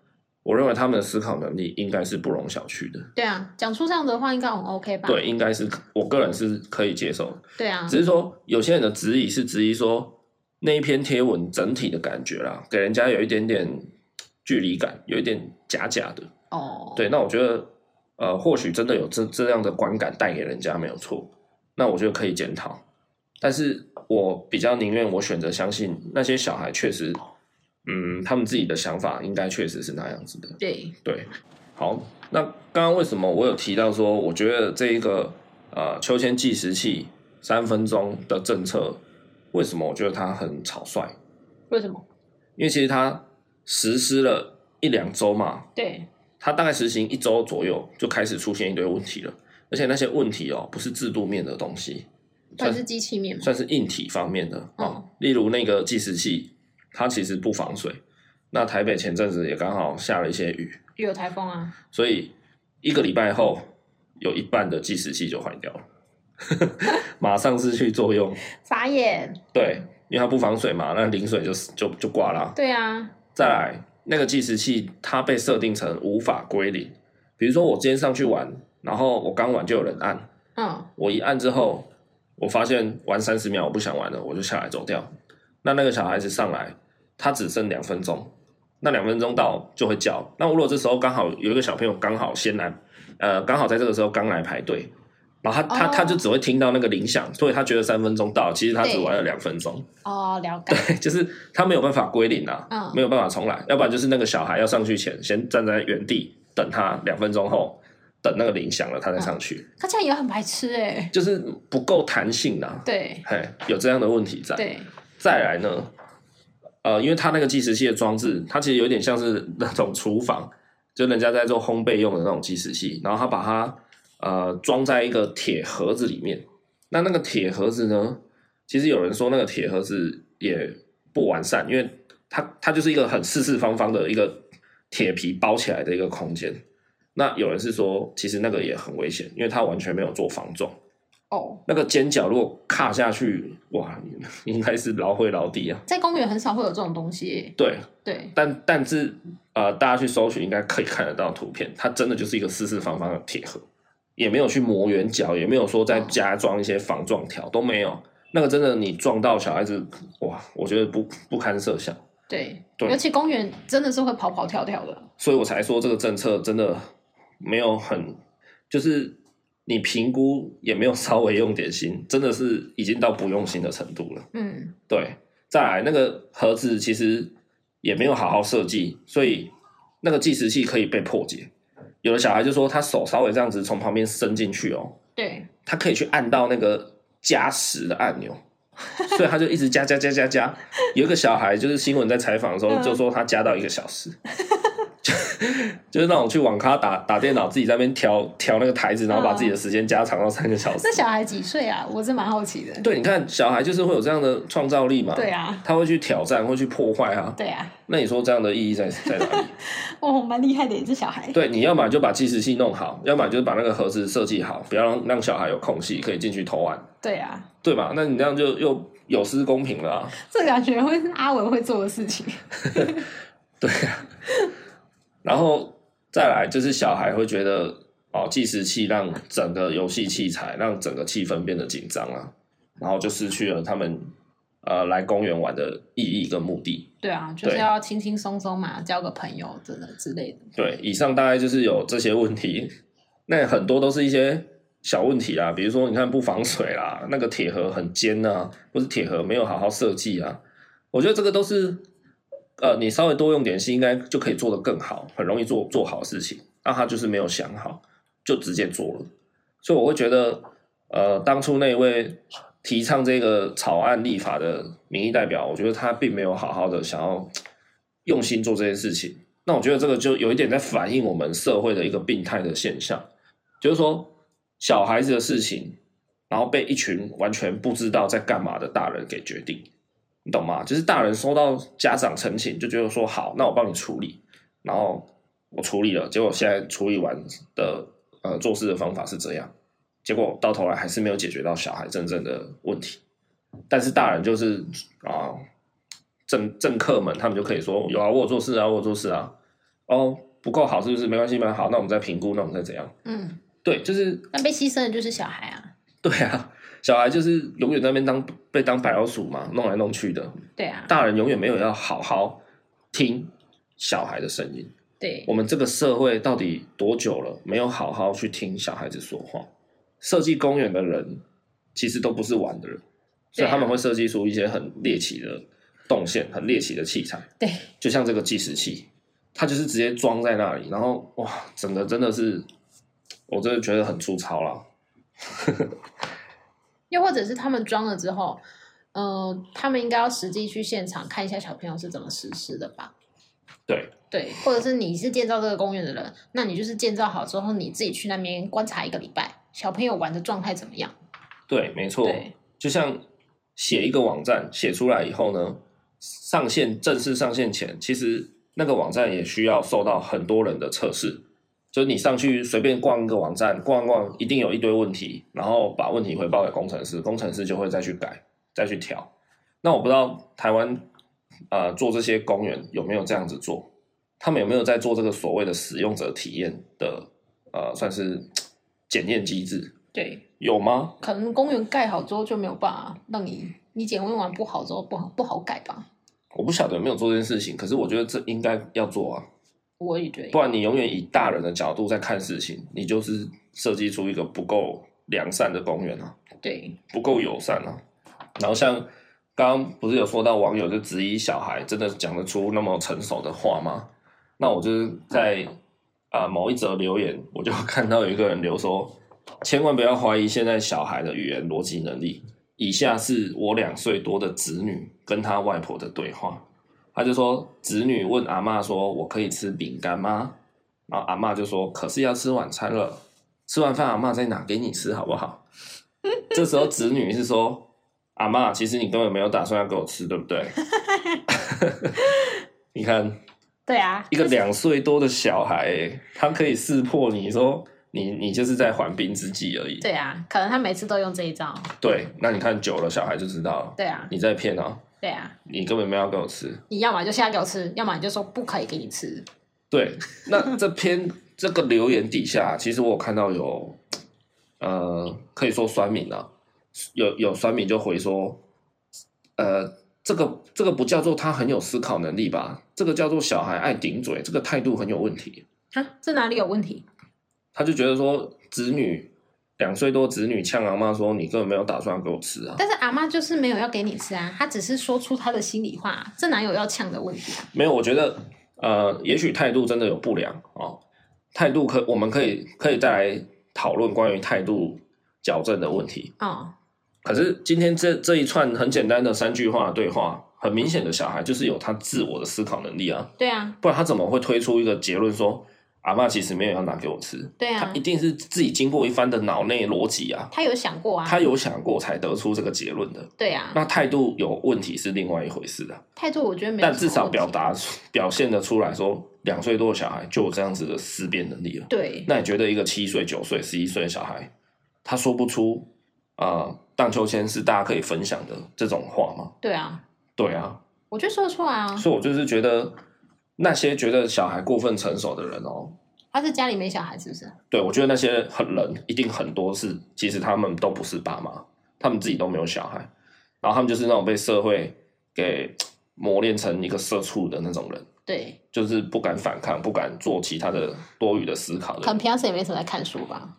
[SPEAKER 1] 我认为他们的思考能力应该是不容小觑的。
[SPEAKER 2] 对啊，讲出这样的话应该很 OK 吧？
[SPEAKER 1] 对，应该是我个人是可以接受的。
[SPEAKER 2] 对啊，
[SPEAKER 1] 只是说有些人的质疑是质疑说那一篇贴文整体的感觉啦，给人家有一点点距离感，有一点假假的。
[SPEAKER 2] 哦，
[SPEAKER 1] 对，那我觉得呃，或许真的有这这样的观感带给人家没有错，那我觉得可以检讨。但是我比较宁愿我选择相信那些小孩确实，嗯，他们自己的想法应该确实是那样子的。
[SPEAKER 2] 对
[SPEAKER 1] 对，好，那刚刚为什么我有提到说，我觉得这一个呃秋千计时器三分钟的政策，为什么我觉得它很草率？
[SPEAKER 2] 为什么？
[SPEAKER 1] 因为其实它实施了一两周嘛，
[SPEAKER 2] 对
[SPEAKER 1] 它大概实行一周左右，就开始出现一堆问题了。而且那些问题哦，不是制度面的东西，
[SPEAKER 2] 不然是机器面嘛，
[SPEAKER 1] 算是硬体方面的啊、
[SPEAKER 2] 嗯
[SPEAKER 1] 例如那个计时器，它其实不防水。那台北前阵子也刚好下了一些雨，
[SPEAKER 2] 又有台 风啊，
[SPEAKER 1] 所以一个礼拜后，有一半的计时器就坏掉了， 马上失去作用。
[SPEAKER 2] 傻眼。
[SPEAKER 1] 对，因为它不防水嘛，那淋水就就就挂啦。
[SPEAKER 2] 对啊，
[SPEAKER 1] 再来，那个计时器它被设定成无法归零。比如说我今天上去玩，然后我刚玩就有人按，
[SPEAKER 2] 嗯，
[SPEAKER 1] 我一按之后，我发现玩三十秒我不想玩了，我就下来走掉。那那个小孩子上来，他只剩两分钟，那两分钟到就会叫。那如果这时候刚好有一个小朋友刚好先来，呃，刚好在这个时候刚来排队，然后他他
[SPEAKER 2] 哦
[SPEAKER 1] 他就只会听到那个铃响，所以他觉得三分钟到，其实他只玩了两分钟，
[SPEAKER 2] 哦，了解。
[SPEAKER 1] 就是他没有办法归零啊，
[SPEAKER 2] 嗯
[SPEAKER 1] 没有办法重来。要不然就是那个小孩要上去前，先站在原地等他两分钟后，等那个铃响了他再上去，
[SPEAKER 2] 他这样也很白痴哎、
[SPEAKER 1] 就是不够弹性啊。
[SPEAKER 2] 对
[SPEAKER 1] 嘿，有这样的问题在。
[SPEAKER 2] 对
[SPEAKER 1] 再来呢，呃，因为它那个计时器的装置，它其实有点像是那种厨房，就人家在做烘焙用的那种计时器，然后它把它呃装在一个铁盒子里面。那那个铁盒子呢，其实有人说那个铁盒子也不完善，因为它它就是一个很四四方方的一个铁皮包起来的一个空间。那有人是说，其实那个也很危险，因为它完全没有做防撞。
[SPEAKER 2] 哦，
[SPEAKER 1] 那个尖角如果卡下去，哇，应该是劳会劳地啊。
[SPEAKER 2] 在公园很少会有这种东西耶。
[SPEAKER 1] 对，
[SPEAKER 2] 对，
[SPEAKER 1] 但但是呃，大家去搜寻应该可以看得到图片，它真的就是一个四四方方的铁盒，也没有去磨圆角，也没有说再加装一些防撞条，都没有。那个真的你撞到小孩子，哇，我觉得不不堪设想。
[SPEAKER 2] 对，
[SPEAKER 1] 对
[SPEAKER 2] 尤其公园真的是会跑跑跳跳的。
[SPEAKER 1] 所以我才说这个政策真的没有很，就是你评估也没有稍微用点心，真的是已经到不用心的程度了。
[SPEAKER 2] 嗯，
[SPEAKER 1] 对，再来那个盒子其实也没有好好设计，所以那个计时器可以被破解。有的小孩就说他手稍微这样子从旁边伸进去哦，
[SPEAKER 2] 对，
[SPEAKER 1] 他可以去按到那个加时的按钮，所以他就一直加加加加加。有一个小孩就是新闻在采访的时候
[SPEAKER 2] 嗯
[SPEAKER 1] 就说他加到一个小时， 就就是那种去网咖打打电脑自己在那边调调那个台子，然后把自己的时间加长到三个小时
[SPEAKER 2] 那。小孩几岁啊？我是蛮好奇的。
[SPEAKER 1] 对，你看小孩就是会有这样的创造力嘛，
[SPEAKER 2] 对啊，
[SPEAKER 1] 他会去挑战，会去破坏啊。
[SPEAKER 2] 对啊，
[SPEAKER 1] 那你说这样的意义在在哪里？
[SPEAKER 2] 哦，蛮厉害的耶，这小孩。
[SPEAKER 1] 对，你要么就把计时器弄好，要么就是把那个盒子设计好，不要让让小孩有空隙可以进去投案，
[SPEAKER 2] 对啊，
[SPEAKER 1] 对吧？那你这样就又有失公平了、啊。
[SPEAKER 2] 这感觉会是阿文会做的事情。
[SPEAKER 1] 然后再来就是小孩会觉得哦，计时器让整个游戏器材让整个气氛变得紧张啊，然后就失去了他们呃来公园玩的意义跟目的。
[SPEAKER 2] 对啊，就是
[SPEAKER 1] 对
[SPEAKER 2] 要轻轻松松嘛，交个朋友，真的之类的。
[SPEAKER 1] 对，以上大概就是有这些问题， 那很多都是一些小问题啦，比如说你看不防水啦， 那个铁盒很尖啊，或是铁盒没有好好设计啊，我觉得这个都是呃你稍微多用点心，应该就可以做得更好，很容易做做好事情。那他就是没有想好，就直接做了，所以我会觉得呃当初那一位提倡这个草案立法的民意代表，我觉得他并没有好好的想要用心做这件事情。那我觉得这个就有一点在反映我们社会的一个病态的现象，就是说小孩子的事情，然后被一群完全不知道在干嘛的大人给决定，你懂吗？就是大人收到家长陈情，就觉得说好，那我帮你处理，然后我处理了，结果现在处理完的呃做事的方法是这样，结果到头来还是没有解决到小孩真正的问题，但是大人就是啊。政政客们，他们就可以说有啊，我有做事啊，我有做事啊，哦，不够好是不是？没关系，没关系好，那我们再评估，那我们再怎样？
[SPEAKER 2] 嗯，
[SPEAKER 1] 对，就是
[SPEAKER 2] 那被牺牲的就是小孩啊。
[SPEAKER 1] 对啊，小孩就是永远在那边当被当白老鼠嘛，弄来弄去的。
[SPEAKER 2] 对啊，
[SPEAKER 1] 大人永远没有要好好听小孩的声音。
[SPEAKER 2] 对
[SPEAKER 1] 我们这个社会到底多久了没有好好去听小孩子说话？设计公园的人其实都不是玩的人，所
[SPEAKER 2] 对
[SPEAKER 1] 以
[SPEAKER 2] 啊
[SPEAKER 1] 他们会设计出一些很猎奇的动线、很猎奇的器材。
[SPEAKER 2] 对，
[SPEAKER 1] 就像这个计时器，它就是直接装在那里，然后哇，整个真的是，我真的觉得很粗糙啦。
[SPEAKER 2] 又或者是他们装了之后，呃，他们应该要实际去现场看一下小朋友是怎么实施的吧？
[SPEAKER 1] 对
[SPEAKER 2] 对，或者是你是建造这个公园的人，那你就是建造好之后，你自己去那边观察一个礼拜，小朋友玩的状态怎么样？
[SPEAKER 1] 对，没错，
[SPEAKER 2] 对，
[SPEAKER 1] 就像写一个网站写出来以后呢，上线正式上线前，其实那个网站也需要受到很多人的测试。就是你上去随便逛一个网站，逛一逛，一定有一堆问题，然后把问题回报给工程师，工程师就会再去改，再去调。那我不知道台湾呃做这些公园有没有这样子做，他们有没有在做这个所谓的使用者体验的呃算是嘖检验机制？
[SPEAKER 2] 对，
[SPEAKER 1] 有吗？
[SPEAKER 2] 可能公园盖好之后就没有办法让你你检验完不好之后不好不好改吧？
[SPEAKER 1] 我不晓得有没有做这件事情，可是我觉得这应该要做啊，
[SPEAKER 2] 我也觉得
[SPEAKER 1] 不然你永远以大人的角度在看事情，你就是设计出一个不够良善的公园啊，
[SPEAKER 2] 对，
[SPEAKER 1] 不够友善啊。然后像刚刚不是有说到网友就质疑小孩真的讲得出那么成熟的话吗？那我就是在啊、呃某一则留言，我就看到有一个人留说，千万不要怀疑现在小孩的语言逻辑能力。以下是我两岁多的侄女跟她外婆的对话，她就说侄女问阿嬷说：“我可以吃饼干吗？”然后阿嬷就说：“可是要吃晚餐了。”吃完饭阿妈再拿给你吃好不好？这时候子女是说，阿妈，其实你根本没有打算要给我吃，对不对？你看
[SPEAKER 2] 对啊，
[SPEAKER 1] 一个
[SPEAKER 2] 就是
[SPEAKER 1] 两岁多的小孩、他可以识破你说你你就是在缓兵之计而已。
[SPEAKER 2] 对啊，可能他每次都用这一招。
[SPEAKER 1] 对，那你看久了小孩就知道了，
[SPEAKER 2] 对啊，
[SPEAKER 1] 你在骗啊，
[SPEAKER 2] 对啊，
[SPEAKER 1] 你根本没有要给我吃。
[SPEAKER 2] 你要么就现在给我吃，要么你就说不可以给你吃。
[SPEAKER 1] 对，那这篇这个留言底下，其实我有看到有，呃，可以说酸民啊，有有酸民就回说，呃，这个这个不叫做他很有思考能力吧，这个叫做小孩爱顶嘴，这个态度很有问题。
[SPEAKER 2] 啊，这哪里有问题？
[SPEAKER 1] 他就觉得说，子女两岁多子女呛阿妈说，你根本没有打算给我吃啊，
[SPEAKER 2] 但是阿妈就是没有要给你吃啊，她只是说出她的心里话，这哪有要呛的问题啊？
[SPEAKER 1] 没有，我觉得呃，也许态度真的有不良哦，态度可我们可以可以再来讨论关于态度矫正的问题。
[SPEAKER 2] 哦，
[SPEAKER 1] 可是今天这这一串很简单的三句话的对话，很明显的小孩就是有他自我的思考能力啊，
[SPEAKER 2] 对啊，
[SPEAKER 1] 不然他怎么会推出一个结论说阿妈其实没有要拿给我吃？
[SPEAKER 2] 对
[SPEAKER 1] 他
[SPEAKER 2] 啊
[SPEAKER 1] 一，定是自己经过一番的脑内逻辑啊，
[SPEAKER 2] 她有想过啊，
[SPEAKER 1] 他有想过才得出这个结论的。
[SPEAKER 2] 对啊，
[SPEAKER 1] 那态度有问题是另外一回事啊，
[SPEAKER 2] 态度我觉得没有，
[SPEAKER 1] 但至少表，达出表现的出来说，两岁多的小孩就有这样子的思辨能力了。
[SPEAKER 2] 对
[SPEAKER 1] 那你觉得一个七岁、九岁、十一岁的小孩，他说不出啊、呃荡秋千是大家可以分享的这种话吗？
[SPEAKER 2] 对啊，
[SPEAKER 1] 对啊，
[SPEAKER 2] 我觉得说得出来啊，
[SPEAKER 1] 所以我就是觉得那些觉得小孩过分成熟的人哦，
[SPEAKER 2] 她是家里没小孩是不是？
[SPEAKER 1] 对我觉得那些很人一定很多是，其实他们都不是爸妈，他们自己都没有小孩，然后他们就是那种被社会给磨练成一个社畜的那种人。
[SPEAKER 2] 对，
[SPEAKER 1] 就是不敢反抗，不敢做其他的多余的思考
[SPEAKER 2] 可
[SPEAKER 1] 的
[SPEAKER 2] 能
[SPEAKER 1] 人。
[SPEAKER 2] 平常时也没什么在看书吧？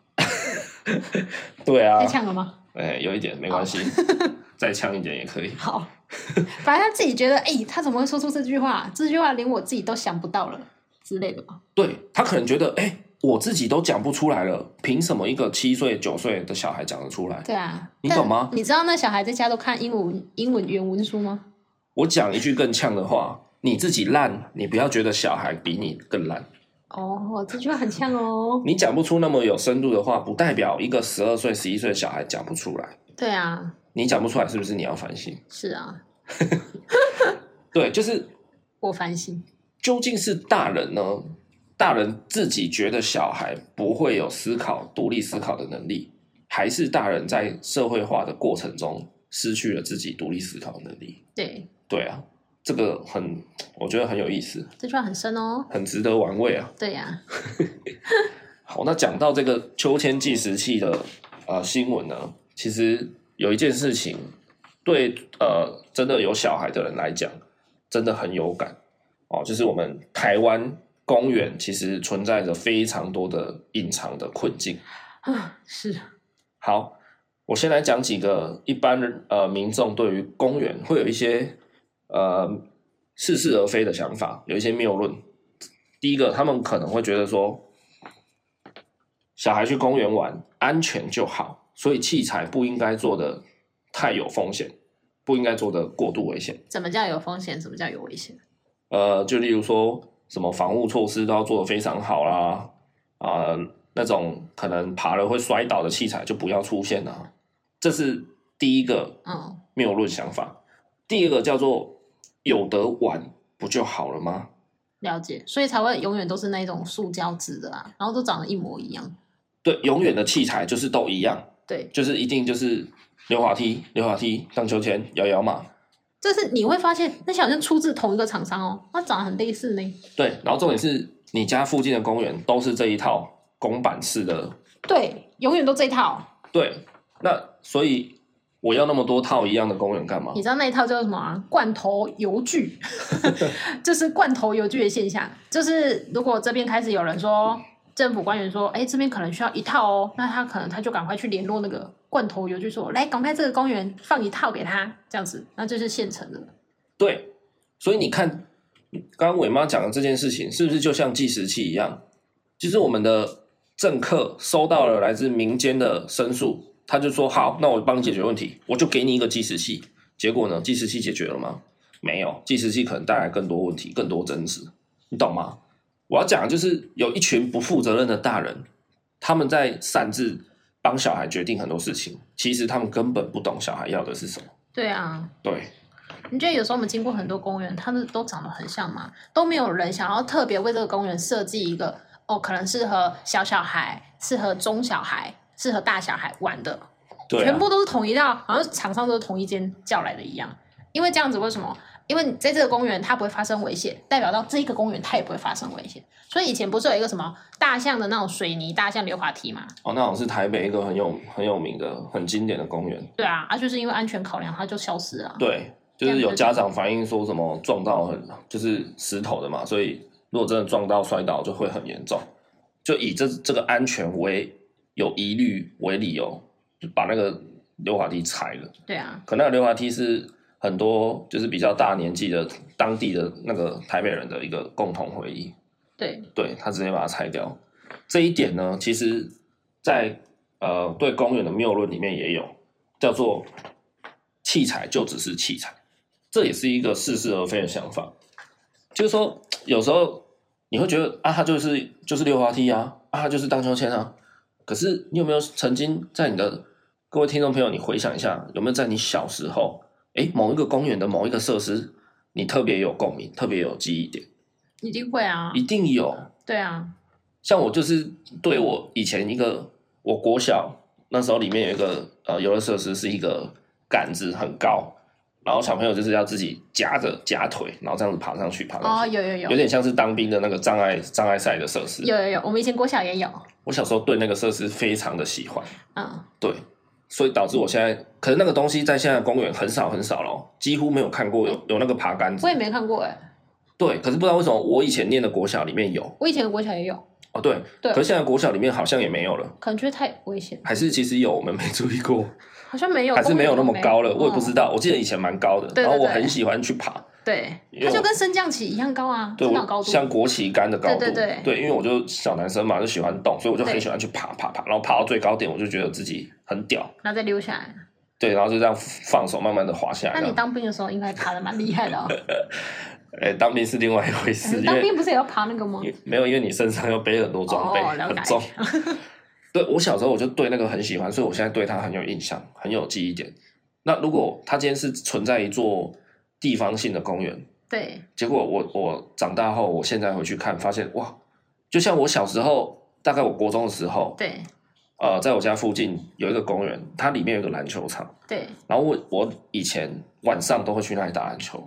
[SPEAKER 1] 对啊
[SPEAKER 2] 太，呛了吗？
[SPEAKER 1] 哎、有一点没关系， 再呛一点也可以。
[SPEAKER 2] 好， 反正他自己觉得，哎、他怎么会说出这句话？这句话连我自己都想不到了之类的吧？
[SPEAKER 1] 对他可能觉得，哎、我自己都讲不出来了，凭什么一个七岁、九岁的小孩讲得出来？
[SPEAKER 2] 对啊，
[SPEAKER 1] 你
[SPEAKER 2] 但
[SPEAKER 1] 懂吗
[SPEAKER 2] 你知道那小孩在家都看英文英文原文书吗？
[SPEAKER 1] 我讲一句更呛的话，你自己烂，你不要觉得小孩比你更烂。
[SPEAKER 2] 哦，这句话很像哦。
[SPEAKER 1] 你讲不出那么有深度的话，不代表一个十二岁、十一岁的小孩讲不出来。
[SPEAKER 2] 对啊，
[SPEAKER 1] 你讲不出来，是不是你要反省？
[SPEAKER 2] 是啊，
[SPEAKER 1] 对，就是
[SPEAKER 2] 我反省。
[SPEAKER 1] 究竟是大人呢？大人自己觉得小孩不会有思考、独立思考的能力，还是大人在社会化的过程中失去了自己独立思考的能力？
[SPEAKER 2] 对，
[SPEAKER 1] 对啊，这个很，我觉得很有意思，
[SPEAKER 2] 这句话很深哦。
[SPEAKER 1] 很值得玩味啊。
[SPEAKER 2] 对呀、
[SPEAKER 1] 好，那讲到这个秋千计时器的呃新闻呢，其实有一件事情对呃真的有小孩的人来讲，真的很有感哦，就是我们台湾公园其实存在着非常多的隐藏的困境。
[SPEAKER 2] 啊，是
[SPEAKER 1] 好，我先来讲几个一般人呃民众对于公园会有一些呃似是而非的想法，有一些谬论。第一个，他们可能会觉得说，小孩去公园玩安全就好，所以器材不应该做的太有风险，不应该做的过度危险。
[SPEAKER 2] 怎么叫有风险？什么叫有危险？
[SPEAKER 1] 呃，就例如说什么防护措施都要做得非常好啦，啊、那种可能爬了会摔倒的器材就不要出现啦。这是第一个
[SPEAKER 2] 嗯，
[SPEAKER 1] 谬论想法。第二个叫做有得玩不就好了吗？
[SPEAKER 2] 了解，所以才会永远都是那种塑胶制的啊，然后都长得一模一样。
[SPEAKER 1] 对，永远的器材就是都一样，
[SPEAKER 2] 对，
[SPEAKER 1] 就是一定就是溜滑梯、溜滑梯、荡秋千、摇摇马，
[SPEAKER 2] 就是你会发现那些好像出自同一个厂商哦，那长得很类似呢。
[SPEAKER 1] 对。然后重点是你家附近的公园都是这一套公版式的
[SPEAKER 2] 对，永远都这一套。
[SPEAKER 1] 对，那所以我要那么多套一样的公园干嘛
[SPEAKER 2] 你？知道那一套叫什么、啊？罐头油锯， 就是罐头油锯的现象。就是如果这边开始有人说，政府官员说，哎，这边可能需要一套哦，那他可能他就赶快去联络那个罐头油锯说，来，赶快这个公园放一套给他，这样子，那就是现成的。
[SPEAKER 1] 对，所以你看，刚刚伟妈讲的这件事情，是不是就像计时器一样？就是我们的政客收到了来自民间的申诉，他就说好，那我帮你解决问题，我就给你一个计时器。结果呢，计时器解决了吗？没有，计时器可能带来更多问题，更多争执，你懂吗？我要讲的就是有一群不负责任的大人，他们在擅自帮小孩决定很多事情，其实他们根本不懂小孩要的是什么。
[SPEAKER 2] 对啊，
[SPEAKER 1] 对，
[SPEAKER 2] 你觉得有时候我们经过很多公园，它们都长得很像吗？都没有人想要特别为这个公园设计一个哦，可能适合小小孩、适合中小孩、适合大小孩玩的，
[SPEAKER 1] 对、啊，
[SPEAKER 2] 全部都是同一道，好像厂商都是同一间叫来的一样。因为这样子，为什么？因为你在这个公园它不会发生危险，代表到这个公园它也不会发生危险。所以以前不是有一个什么大象的那种水泥大象溜滑梯嘛？
[SPEAKER 1] 哦，那种是台北一个很有很有名的、很经典的公园。
[SPEAKER 2] 对啊，啊就是因为安全考量，它就消失了。
[SPEAKER 1] 对，就是有家长反映说什么撞到很就是石头的嘛，所以如果真的撞到摔倒就会很严重，就以这这个安全为有疑虑为理由，就把那个溜滑梯拆了。
[SPEAKER 2] 对啊，
[SPEAKER 1] 可那个溜滑梯是很多就是比较大年纪的当地的那个台北人的一个共同回忆。
[SPEAKER 2] 对
[SPEAKER 1] 对他直接把它拆掉。这一点呢，其实在呃对公园的谬论里面也有，叫做器材就只是器材，这也是一个似是而非的想法。就是说，有时候你会觉得啊，它就是就是溜滑梯啊，啊，它就是荡秋千啊。可是你有没有曾经在你的各位听众朋友，你回想一下，有没有在你小时候，诶，某一个公园的某一个设施，你特别有共鸣，特别有记忆点？
[SPEAKER 2] 一定会啊
[SPEAKER 1] 一，定有，
[SPEAKER 2] 对啊，
[SPEAKER 1] 像我就是对我以前一个，我国小那时候里面有一个呃游乐设施是一个杆子很高，然后小朋友就是要自己夹着夹腿，然后这样子爬上去爬
[SPEAKER 2] 哦
[SPEAKER 1] 上去，
[SPEAKER 2] 有有有
[SPEAKER 1] 有点像是当兵的那个障碍障碍赛的设施。
[SPEAKER 2] 有有有，我们以前国小也有，
[SPEAKER 1] 我小时候对那个设施非常的喜欢，
[SPEAKER 2] 嗯，
[SPEAKER 1] 对，所以导致我现在可是那个东西在现在的公园很少很少咯，几乎没有看过有有那个爬杆子
[SPEAKER 2] 我。也没看过哎、
[SPEAKER 1] 对，可是不知道为什么我以前念的国小里面有
[SPEAKER 2] 我以前的国小也有，
[SPEAKER 1] 哦，对，
[SPEAKER 2] 对
[SPEAKER 1] 可是现在国小里面好像也没有了，
[SPEAKER 2] 可能觉得太危险，
[SPEAKER 1] 还是其实有我们没注意过。
[SPEAKER 2] 好像没有，嗯
[SPEAKER 1] 还是没有那么高了，
[SPEAKER 2] 公
[SPEAKER 1] 我也
[SPEAKER 2] 园都
[SPEAKER 1] 不知道。我记得以前蛮高的，
[SPEAKER 2] 对对
[SPEAKER 1] 然后我
[SPEAKER 2] 对
[SPEAKER 1] 很喜欢去爬，
[SPEAKER 2] 嗯对
[SPEAKER 1] 因，为
[SPEAKER 2] 它
[SPEAKER 1] 我
[SPEAKER 2] 就跟升降旗一样高啊，
[SPEAKER 1] 对
[SPEAKER 2] 升降
[SPEAKER 1] 我
[SPEAKER 2] 高度，
[SPEAKER 1] 像国旗杆的高度，
[SPEAKER 2] 对对对
[SPEAKER 1] 因为我就小男生嘛，就喜欢动，所以我就很
[SPEAKER 2] 对
[SPEAKER 1] 喜欢去爬爬爬，然后爬到最高点，我就觉得自己很屌，
[SPEAKER 2] 然后再溜下来。
[SPEAKER 1] 对，然后就这样放手，慢慢的滑下来。
[SPEAKER 2] 那
[SPEAKER 1] 这
[SPEAKER 2] 你
[SPEAKER 1] 样
[SPEAKER 2] 当兵的时候应该爬的蛮厉害的哦，
[SPEAKER 1] 哎、当兵是另外一回 事，因
[SPEAKER 2] 当
[SPEAKER 1] 为
[SPEAKER 2] 兵不是也要爬那个吗？
[SPEAKER 1] 因为没有，因为你身上要背很多装备，
[SPEAKER 2] 哦了
[SPEAKER 1] 很
[SPEAKER 2] 解
[SPEAKER 1] 重。对我小时候我就对那个很喜欢，所以我现在对它很有印象，很有记忆点。那如果它今天是存在一座地方性的公园，
[SPEAKER 2] 对，
[SPEAKER 1] 结果我我长大后，我现在回去看，发现哇，就像我小时候，大概我国中的时候，
[SPEAKER 2] 对，
[SPEAKER 1] 呃，在我家附近有一个公园，它里面有个篮球场，
[SPEAKER 2] 对，
[SPEAKER 1] 然后我我以前晚上都会去那里打篮球，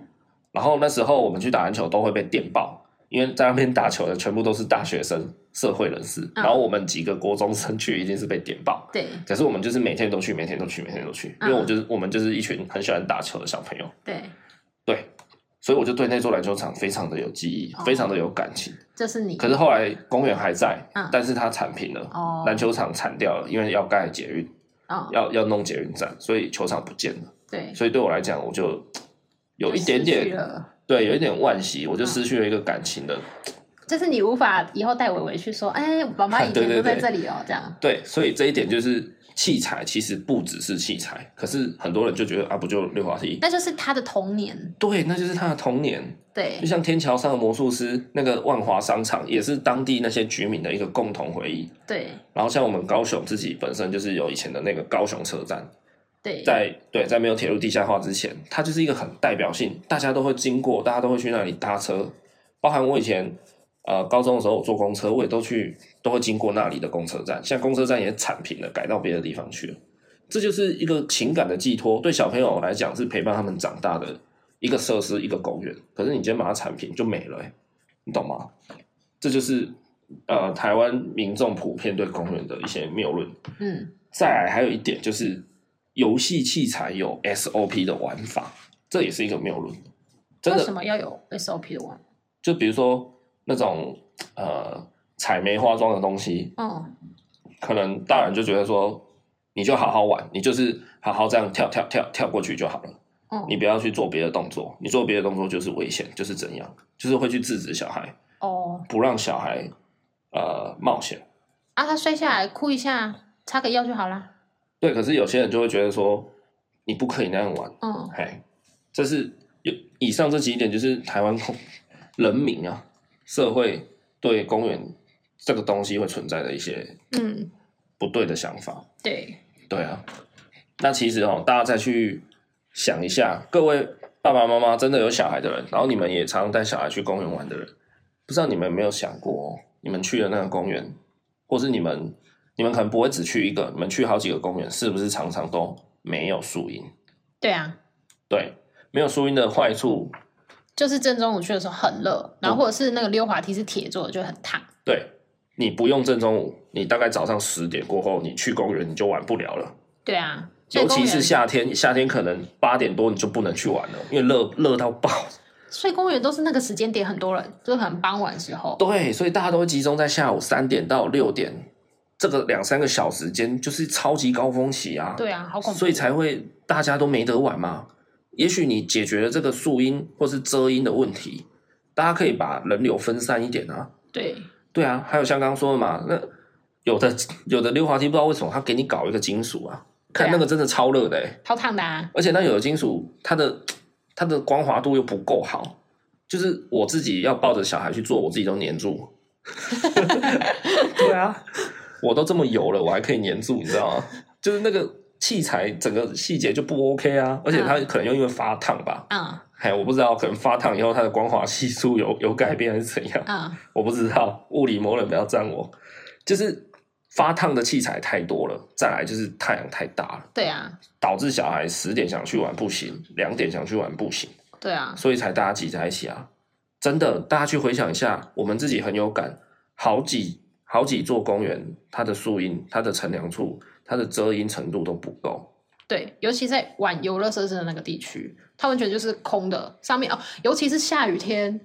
[SPEAKER 1] 然后那时候我们去打篮球都会被电爆，因为在那边打球的全部都是大学生、社会人士，然后我们几个国中生去一定是被电爆。
[SPEAKER 2] 对，
[SPEAKER 1] 可是我们就是每天都去，每天都去，每天都去，因
[SPEAKER 2] 嗯
[SPEAKER 1] 为我就是我们就是一群很喜欢打球的小朋友。
[SPEAKER 2] 对，
[SPEAKER 1] 对，所以我就对那座篮球场非常的有记忆，
[SPEAKER 2] 哦
[SPEAKER 1] 非常的有感情。
[SPEAKER 2] 这是你
[SPEAKER 1] 可是后来公园还在，
[SPEAKER 2] 嗯
[SPEAKER 1] 但是它铲平了，
[SPEAKER 2] 哦
[SPEAKER 1] 篮球场铲掉了，因为要盖捷运，
[SPEAKER 2] 哦，
[SPEAKER 1] 要要弄捷运站，所以球场不见了。
[SPEAKER 2] 对，
[SPEAKER 1] 所以对我来讲，我就有一点
[SPEAKER 2] 就失去
[SPEAKER 1] 点
[SPEAKER 2] 了嗯
[SPEAKER 1] 对，有一点惋惜，我就失去了一个感情的。
[SPEAKER 2] 这是你无法以后带伟伟去说，哎，我爸妈以
[SPEAKER 1] 对
[SPEAKER 2] 前
[SPEAKER 1] 对
[SPEAKER 2] 都在
[SPEAKER 1] 对
[SPEAKER 2] 这里哦，这样，
[SPEAKER 1] 对，所以这一点就是器材其实不只是器材，可是很多人就觉得啊，不就溜滑梯？
[SPEAKER 2] 那就是他的童年，
[SPEAKER 1] 对，那就是他的童年。
[SPEAKER 2] 对
[SPEAKER 1] 就，像天桥上的魔术师，那个万华商场也是当地那些居民的一个共同回忆。
[SPEAKER 2] 对，
[SPEAKER 1] 然后像我们高雄自己本身就是有以前的那个高雄车站，
[SPEAKER 2] 对，
[SPEAKER 1] 在对在没有铁路地下化之前，它就是一个很代表性，大家都会经过，大家都会去那里搭车。包含我以前呃高中的时候，我坐公车，我也都去都会经过那里的公车站，现在公车站也铲平了，改到别的地方去了。这就是一个情感的寄托，对小朋友来讲是陪伴他们长大的一个设施，一个公园。可是你今天把它铲平就没了、欸，你懂吗？这就是呃台湾民众普遍对公园的一些谬论。
[SPEAKER 2] 嗯，
[SPEAKER 1] 再来还有一点就是，游戏器材有 SOP 的玩法，这也是一个谬论。真
[SPEAKER 2] 为什
[SPEAKER 1] 的，
[SPEAKER 2] 么要有 SOP 的玩？
[SPEAKER 1] 就比如说那种呃采梅花桩的东西，
[SPEAKER 2] 嗯，
[SPEAKER 1] 可能大人就觉得说，你就好好玩，你就是好好这样跳跳跳跳过去就好了，
[SPEAKER 2] 哦，
[SPEAKER 1] 你不要去做别的动作，你做别的动作就是危险，就是怎样，就是会去制止小孩，
[SPEAKER 2] 哦，
[SPEAKER 1] 不让小孩呃冒险。
[SPEAKER 2] 啊，他摔下来哭一下，擦个药就好啦，
[SPEAKER 1] 对，可是有些人就会觉得说，你不可以那样玩，
[SPEAKER 2] 嗯，
[SPEAKER 1] 嘿，这是有以 上这几点，就是台湾公人民啊，社会对公园这个东西会存在的一些
[SPEAKER 2] 嗯，
[SPEAKER 1] 不对的想法。
[SPEAKER 2] 对，
[SPEAKER 1] 对啊，那其实哦，大家再去想一下，各位爸爸妈妈真的有小孩的人，然后你们也常常带小孩去公园玩的人，不知道你们有没有想过、哦，你们去的那个公园，或是你们你们可能不会只去一个，你们去好几个公园，是不是常常都没有树荫？
[SPEAKER 2] 对啊，
[SPEAKER 1] 对，没有树荫的坏处，
[SPEAKER 2] 就是正中午去的时候很热，
[SPEAKER 1] 嗯
[SPEAKER 2] 然后或者是那个溜滑梯是铁做的，就很烫。
[SPEAKER 1] 对你不用正中午，你大概早上十点过后，你去公园你就玩不了了。
[SPEAKER 2] 对啊，所以
[SPEAKER 1] 尤
[SPEAKER 2] 公
[SPEAKER 1] 其
[SPEAKER 2] 园
[SPEAKER 1] 是夏天，夏天可能八点多你就不能去玩了，因为热热到爆。
[SPEAKER 2] 所以公园都是那个时间点，很多人就是很傍晚时候。
[SPEAKER 1] 对，所以大家都会集中在下午三点到六点这个两三个小时间，就是超级高峰期啊。
[SPEAKER 2] 对啊，好恐怖。
[SPEAKER 1] 所以才会大家都没得玩嘛。也许你解决了这个树荫或是遮阴的问题，大家可以把人流分散一点啊。
[SPEAKER 2] 对
[SPEAKER 1] 对啊，还有像刚刚说的嘛，那有的有的溜滑梯不知道为什么他给你搞一个金属啊，看
[SPEAKER 2] 对啊
[SPEAKER 1] 那个真的超热的、欸。
[SPEAKER 2] 超烫的啊，
[SPEAKER 1] 而且那有的金属它的它的光滑度又不够好，就是我自己要抱着小孩去做，我自己都黏住。对啊， 我都这么油了，我还可以黏住，你知道吗？就是那个器材整个细节就不 OK 啊，而且它可能又因为发烫吧，
[SPEAKER 2] 嗯
[SPEAKER 1] 哎、我不知道，可能发烫以后它的光滑系数有有改变还是怎样，
[SPEAKER 2] 嗯，
[SPEAKER 1] 我不知道，物理魔人不要赞我，就是发烫的器材太多了，再来就是太阳太大了。
[SPEAKER 2] 对啊
[SPEAKER 1] 导致小孩十点想去玩不行，两点想去玩不行，
[SPEAKER 2] 对啊，
[SPEAKER 1] 所以才大家挤在一起啊！真的，大家去回想一下，我们自己很有感，好几好几座公园，它的树荫、它的乘凉处、它的遮阴程度都不够。
[SPEAKER 2] 对，尤其在玩游乐设施的那个地区，它完全就是空的，上面哦，尤其是下雨天，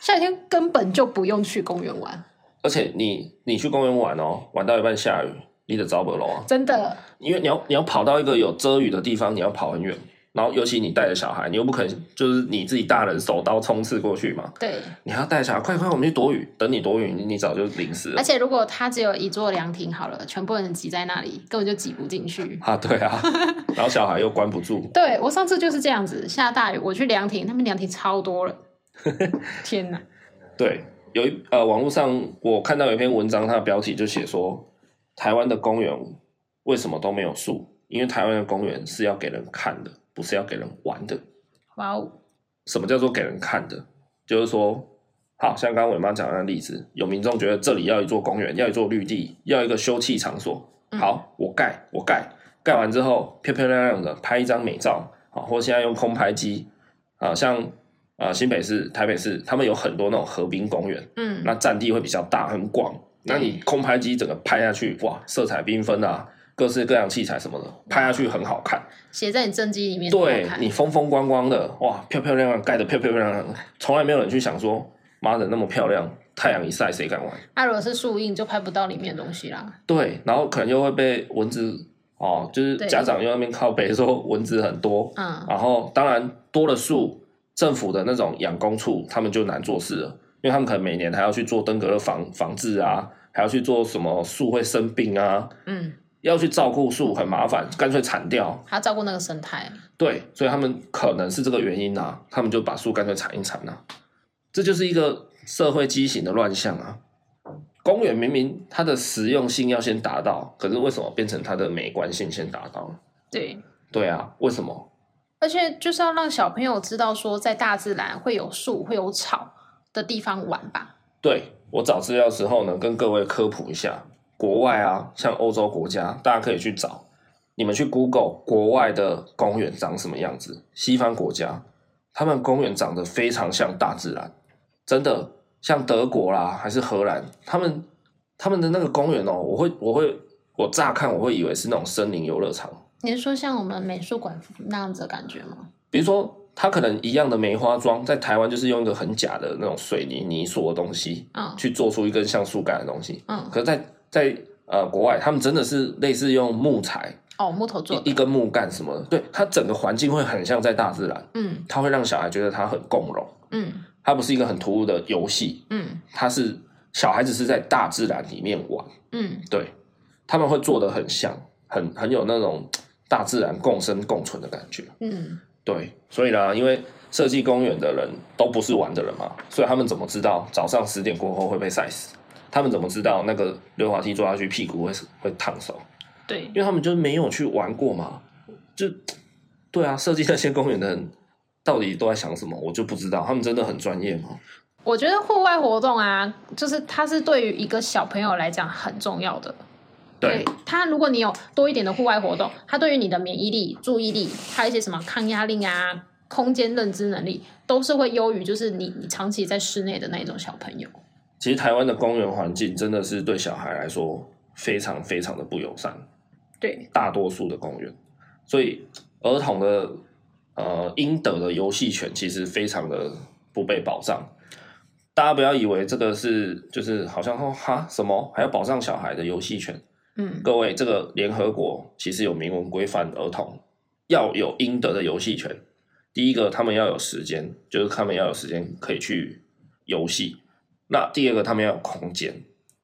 [SPEAKER 2] 下雨天根本就不用去公园玩，
[SPEAKER 1] 而且你你去公园玩哦，玩到一半下雨，你得遭不漏啊，
[SPEAKER 2] 真的。
[SPEAKER 1] 因为你要你要跑到一个有遮雨的地方，你要跑很远，然后尤其你带着小孩，你又不可能就是你自己大人手刀冲刺过去嘛，
[SPEAKER 2] 对，
[SPEAKER 1] 你还要带小孩，快快我们去躲雨，等你躲雨，你你早就淋湿了
[SPEAKER 2] 而。且如果它只有一座凉亭好了，全部人挤在那里，根本就挤不进去。
[SPEAKER 1] 啊，对啊，然后小孩又关不住，
[SPEAKER 2] 对我上次就是这样子，下大雨我去凉亭，他们凉亭超多人，天哪！
[SPEAKER 1] 对，有一呃，网络上我看到有一篇文章，它的标题就写说，台湾的公园为什么都没有树？因为台湾的公园是要给人看的，不是要给人玩的。
[SPEAKER 2] 哇哦，
[SPEAKER 1] 什么叫做给人看的？就是说，好像刚刚伟妈讲的那例子，有民众觉得这里要一座公园，要一座绿地，要一个休憩场所。
[SPEAKER 2] 嗯
[SPEAKER 1] 好，我盖，我盖，盖完之后漂漂亮亮的拍一张美照，啊，或现在用空拍机，啊，像啊、新北市、台北市，他们有很多那种河滨公园，
[SPEAKER 2] 嗯，
[SPEAKER 1] 那占地会比较大，很广。那你空拍机整个拍下去，哇，色彩缤纷啊，各式各样器材什么的，拍下去很好看。
[SPEAKER 2] 写在你正机里面，
[SPEAKER 1] 对
[SPEAKER 2] 好看
[SPEAKER 1] 你风风光光的，哇，漂漂亮亮，盖得漂漂亮亮的，从来没有人去想说，妈的那么漂亮，太阳一晒谁敢玩？
[SPEAKER 2] 啊那如果是树荫，就拍不到里面的东西啦。嗯
[SPEAKER 1] 对，然后可能又会被蚊子哦，就是
[SPEAKER 2] 对
[SPEAKER 1] 家长又在那边靠北说蚊子很多，
[SPEAKER 2] 嗯，
[SPEAKER 1] 然后当然多了树，政府的那种养工处他们就难做事了，因为他们可能每年还要去做登革热防防治啊，还要去做什么树会生病啊，
[SPEAKER 2] 嗯，
[SPEAKER 1] 要去照顾树很麻烦，干脆铲掉，
[SPEAKER 2] 还要照顾那个生态。
[SPEAKER 1] 对，所以他们可能是这个原因呐、他们就把树干脆铲一铲呐、这就是一个社会畸形的乱象啊。公园明明它的实用性要先达到，可是为什么变成它的美观性先达到了？
[SPEAKER 2] 对，
[SPEAKER 1] 对啊，为什么？
[SPEAKER 2] 而且就是要让小朋友知道说，在大自然会有树、会有草的地方玩吧。
[SPEAKER 1] 对我找资料的时候呢，跟各位科普一下，国外啊，像欧洲国家，大家可以去找，你们去 Google 国外的公园长什么样子，西方国家，他们公园长得非常像大自然，真的像德国啦，还是荷兰，他们他们的那个公园哦、我会我会我乍看我会以为是那种森林游乐场，
[SPEAKER 2] 你是说像我们美术馆那样子的感觉吗？
[SPEAKER 1] 比如说。它可能一样的梅花桩，在台湾就是用一个很假的那种水泥泥塑的东西，
[SPEAKER 2] 嗯
[SPEAKER 1] 去做出一根像树干的东西。
[SPEAKER 2] 嗯，
[SPEAKER 1] 可是在，在呃国外，他们真的是类似用木材
[SPEAKER 2] 哦，木头做
[SPEAKER 1] 一
[SPEAKER 2] 的。
[SPEAKER 1] 一根木干什么的，对它整个环境会很像在大自然，
[SPEAKER 2] 嗯
[SPEAKER 1] 它会让小孩觉得它很共融，
[SPEAKER 2] 嗯
[SPEAKER 1] 它不是一个很突兀的游戏，
[SPEAKER 2] 嗯
[SPEAKER 1] 它是小孩子是在大自然里面玩，
[SPEAKER 2] 嗯，
[SPEAKER 1] 对，他们会做的很像，很很有那种大自然共生共存的感觉，
[SPEAKER 2] 嗯，
[SPEAKER 1] 对，所以呢，因为设计公园的人都不是玩的人嘛，所以他们怎么知道早上十点过后会被晒死？他们怎么知道那个溜滑梯坐下去屁股会会烫手？
[SPEAKER 2] 对
[SPEAKER 1] 因为他们就没有去玩过嘛。就对啊，设计那些公园的人到底都在想什么，我就不知道。他们真的很专业吗？
[SPEAKER 2] 我觉得户外活动啊，就是它是对于一个小朋友来讲很重要的。
[SPEAKER 1] 对，
[SPEAKER 2] 它，如果你有多一点的户外活动，它对于你的免疫力、注意力，还有一些什么抗压力啊、空间认知能力，都是会优于就是你你长期在室内的那一种小朋友。
[SPEAKER 1] 其实台湾的公园环境真的是对小孩来说非常非常的不友善。
[SPEAKER 2] 对
[SPEAKER 1] 大多数的公园，所以儿童的呃应得的游戏权其实非常的不被保障。大家不要以为这个是就是好像说哈什么还要保障小孩的游戏权，
[SPEAKER 2] 嗯，
[SPEAKER 1] 各位，这个联合国其实有明文规范儿童要有应得的游戏权。第一个，他们要有时间，就是他们要有时间可以去游戏。那第二个，他们要有空间，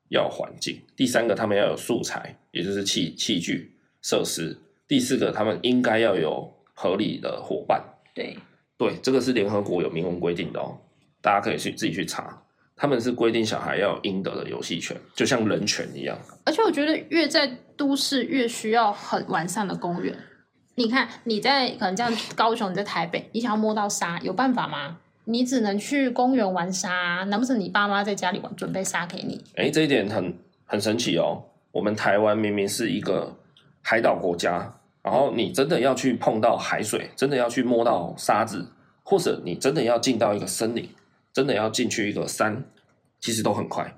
[SPEAKER 1] 要有环境。第三个，他们要有素材，也就是器器具、设施。第四个，他们应该要有合理的伙伴。
[SPEAKER 2] 对，
[SPEAKER 1] 对，这个是联合国有明文规定的哦，大家可以去自己去查。他们是规定小孩要有应得的游戏权，就像人权一样。
[SPEAKER 2] 而且我觉得越在都市越需要很完善的公园。你看你在可能这样高雄，你在台北，你想要摸到沙，有办法吗？你只能去公园玩沙啊，难不成你爸妈在家里玩准备沙给你？
[SPEAKER 1] 哎，这一点很很神奇哦。我们台湾明明是一个海岛国家，然后你真的要去碰到海水，真的要去摸到沙子，或者你真的要进到一个森林，真的要进去一个山，其实都很快，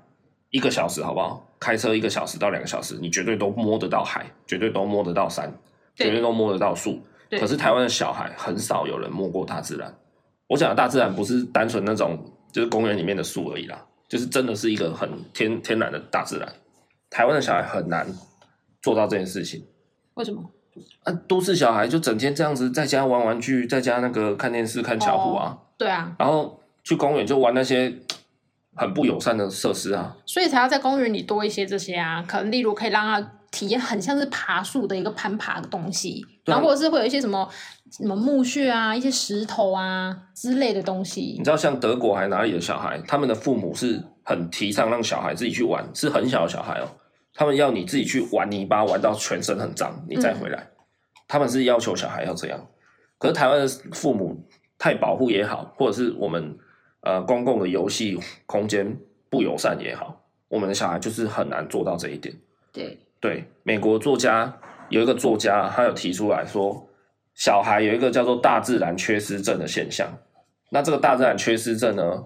[SPEAKER 1] 一个小时好不好？开车一个小时到两个小时，你绝对都摸得到海，绝对都摸得到山，
[SPEAKER 2] 对
[SPEAKER 1] 绝对都摸得到树。
[SPEAKER 2] 对
[SPEAKER 1] 可是台湾的小孩很少有人摸过大自然。我讲的大自然不是单纯那种就是公园里面的树而已啦，就是真的是一个很天天然的大自然。台湾的小孩很难做到这件事情。
[SPEAKER 2] 为什么？
[SPEAKER 1] 啊，都市小孩就整天这样子在家玩玩具，在家那个看电视、看巧虎啊，
[SPEAKER 2] 对啊，
[SPEAKER 1] 然后去公园就玩那些很不友善的设施啊。
[SPEAKER 2] 所以才要在公园里多一些这些啊，可能例如可以让他体验很像是爬树的一个攀爬的东西，
[SPEAKER 1] 对啊
[SPEAKER 2] 然后或者是会有一些什么什么木屑啊、一些石头啊之类的东西
[SPEAKER 1] 你。知道，像德国还哪里的小孩，他们的父母是很提倡让小孩自己去玩，是很小的小孩哦，他们要你自己去玩泥巴，玩到全身很脏，你再回来。他们是要求小孩要这样，可是台湾的父母太保护也好，或者是我们呃公共的游戏空间不友善也好，我们的小孩就是很难做到这一点。
[SPEAKER 2] 对，
[SPEAKER 1] 对，美国作家有一个作家，他有提出来说，小孩有一个叫做大自然缺失症的现象。那这个大自然缺失症呢，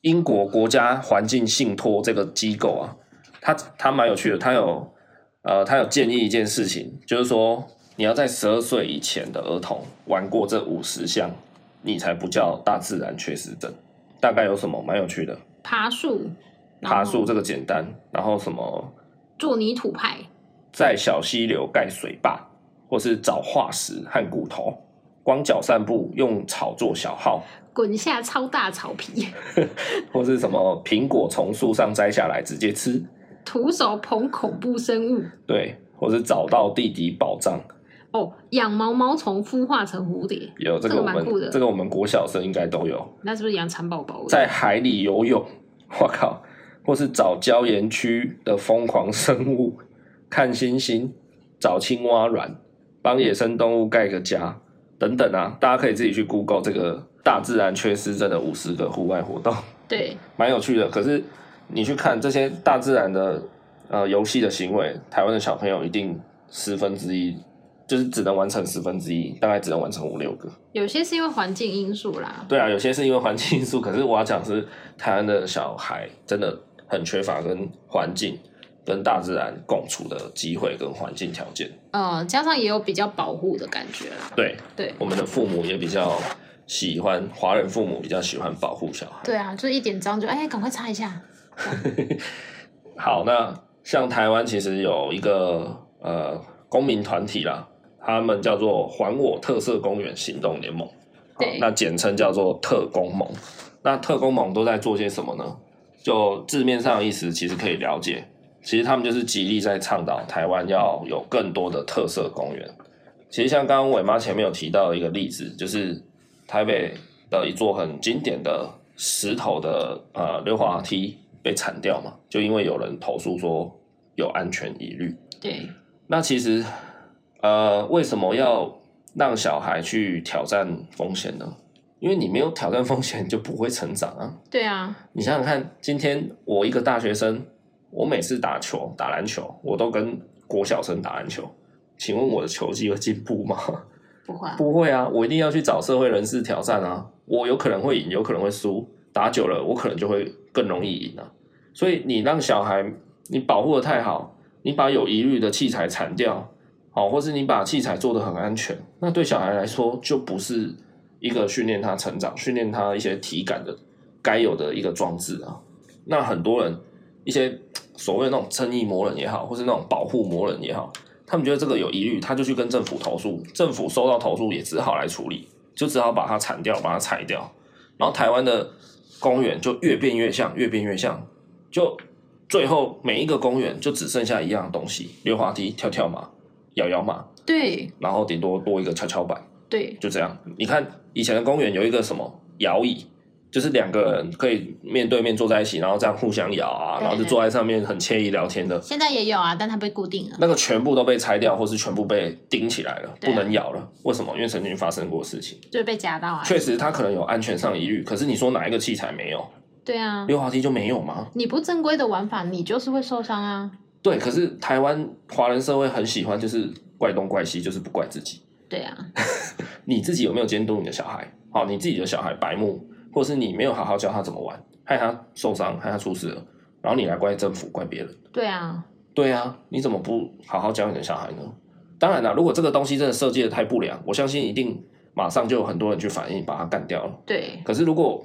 [SPEAKER 1] 英国国家环境信托这个机构啊，他他蛮有趣的，他有呃，他有建议一件事情，就是说你要在十二岁以前的儿童玩过这五十项，你才不叫大自然缺失症。大概有什么蛮有趣的？
[SPEAKER 2] 爬树，然后
[SPEAKER 1] 爬树这个简单，然后什么
[SPEAKER 2] 做泥土派，
[SPEAKER 1] 在小溪流盖水坝，或是找化石和骨头，光脚散步用草做小号，
[SPEAKER 2] 滚下超大草皮，
[SPEAKER 1] 或是什么苹果从树上摘下来直接吃，
[SPEAKER 2] 徒手捧恐怖生物。
[SPEAKER 1] 对，或是找到地底宝藏。
[SPEAKER 2] 哦，养毛毛虫孵化成蝴蝶，
[SPEAKER 1] 有这
[SPEAKER 2] 这
[SPEAKER 1] 个
[SPEAKER 2] 个
[SPEAKER 1] 我
[SPEAKER 2] 蛮酷
[SPEAKER 1] 们
[SPEAKER 2] 的
[SPEAKER 1] 这个我们国小生应该都有，
[SPEAKER 2] 那是不是养蚕宝宝？
[SPEAKER 1] 在海里游泳，我靠，或是找礁岩区的疯狂生物，看星星，找青蛙卵，帮野生动物盖个家，等等啊，大家可以自己去 Google 这个大自然缺失症的五十个户外活动，
[SPEAKER 2] 对
[SPEAKER 1] 蛮有趣的。可是你去看这些大自然的呃游戏的行为，台湾的小朋友一定十分之一，就是只能完成十分之一，大概只能完成五六个。
[SPEAKER 2] 有些是因为环境因素啦。
[SPEAKER 1] 对啊，有些是因为环境因素，可是我要讲是台湾的小孩真的很缺乏跟环境、跟大自然共处的机会跟环境条件。
[SPEAKER 2] 呃，加上也有比较保护的感觉啦。
[SPEAKER 1] 对，
[SPEAKER 2] 对
[SPEAKER 1] 我们的父母也比较喜欢，华人父母比较喜欢保护小孩。
[SPEAKER 2] 对啊，就一点脏就哎，赶快擦一下。
[SPEAKER 1] 好，那像台湾其实有一个呃公民团体啦，他们叫做“还我特色公园行动联盟”，好
[SPEAKER 2] 对
[SPEAKER 1] 那简称叫做特工盟。那特工盟都在做些什么呢？就字面上的意思，其实可以了解，其实他们就是极力在倡导台湾要有更多的特色公园。其实像刚刚伟妈前面有提到的一个例子，就是台北的一座很经典的石头的呃溜滑梯被铲掉嘛，就因为有人投诉说有安全疑虑。
[SPEAKER 2] 对，
[SPEAKER 1] 那其实，呃，为什么要让小孩去挑战风险呢？因为你没有挑战风险，就不会成长啊。
[SPEAKER 2] 对啊，
[SPEAKER 1] 你想想看，今天我一个大学生，我每次打球、打篮球，我都跟国小生打篮球，请问我的球技会进步吗？
[SPEAKER 2] 不会啊，
[SPEAKER 1] 不会啊，我一定要去找社会人士挑战啊。我有可能会赢，有可能会输，打久了我可能就会更容易赢啊。所以你让小孩你保护的太好，你把有疑虑的器材铲掉，好、或是你把器材做的很安全，那对小孩来说就不是一个训练他成长、训练他一些体感的该有的一个装置啊。那很多人一些所谓那种正义魔人也好，或是那种保护魔人也好，他们觉得这个有疑虑，他就去跟政府投诉，政府收到投诉也只好来处理，就只好把它铲掉，把它裁掉。然后台湾的公园就越变越像，越变越像，就最后每一个公园就只剩下一样东西：溜滑梯、跳跳马、摇摇马，
[SPEAKER 2] 对
[SPEAKER 1] 然后顶多多一个跷跷板，
[SPEAKER 2] 对
[SPEAKER 1] 就这样。你看以前的公园有一个什么摇椅，就是两个人可以面对面坐在一起，然后这样互相摇啊，
[SPEAKER 2] 对
[SPEAKER 1] 然后就坐在上面很惬意聊天的。
[SPEAKER 2] 现在也有啊，但它被固定了。
[SPEAKER 1] 那个全部都被拆掉，或是全部被钉起来了，
[SPEAKER 2] 对
[SPEAKER 1] 不
[SPEAKER 2] 啊
[SPEAKER 1] 能咬了。为什么？因为曾经发生过事情，
[SPEAKER 2] 就是被夹到啊。
[SPEAKER 1] 确实它可能有安全上疑虑，可是你说哪一个器材没有？
[SPEAKER 2] 对啊，
[SPEAKER 1] 溜滑梯就没有吗？
[SPEAKER 2] 你不正规的玩法，你就是会受伤啊。
[SPEAKER 1] 对，可是台湾华人社会很喜欢就是怪东怪西，就是不怪自己。
[SPEAKER 2] 对啊，
[SPEAKER 1] 你自己有没有监督你的小孩？好，你自己的小孩白目，或是你没有好好教他怎么玩，害他受伤，害他出事了，然后你来怪政府，怪别人。
[SPEAKER 2] 对啊，
[SPEAKER 1] 对啊，你怎么不好好教你的小孩呢？当然啦，如果这个东西真的设计的太不良，我相信一定马上就有很多人去反映，把它干掉了。
[SPEAKER 2] 对
[SPEAKER 1] 可是如果，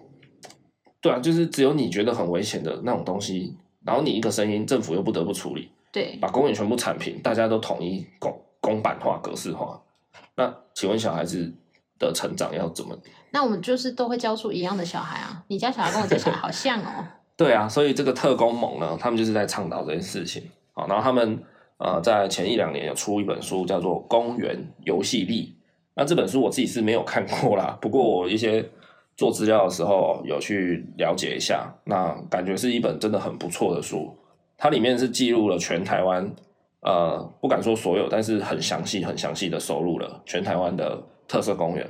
[SPEAKER 1] 对啊，就是只有你觉得很危险的那种东西，然后你一个声音，政府又不得不处理，
[SPEAKER 2] 对
[SPEAKER 1] 把公园全部铲平，大家都统一公公版化、格式化，那请问小孩子的成长要怎么？
[SPEAKER 2] 那我们就是都会教出一样的小孩啊。你家小孩跟我家小孩好像哦。
[SPEAKER 1] 对啊，所以这个特工盟呢，他们就是在倡导这件事情啊。然后他们呃，在前一两年有出一本书，叫做《公园游戏力》。那这本书我自己是没有看过啦， 不过我一些做资料的时候有去了解一下，那感觉是一本真的很不错的书。它里面是记录了全台湾，呃，不敢说所有，但是很详细、很详细的收录了全台湾的特色公园。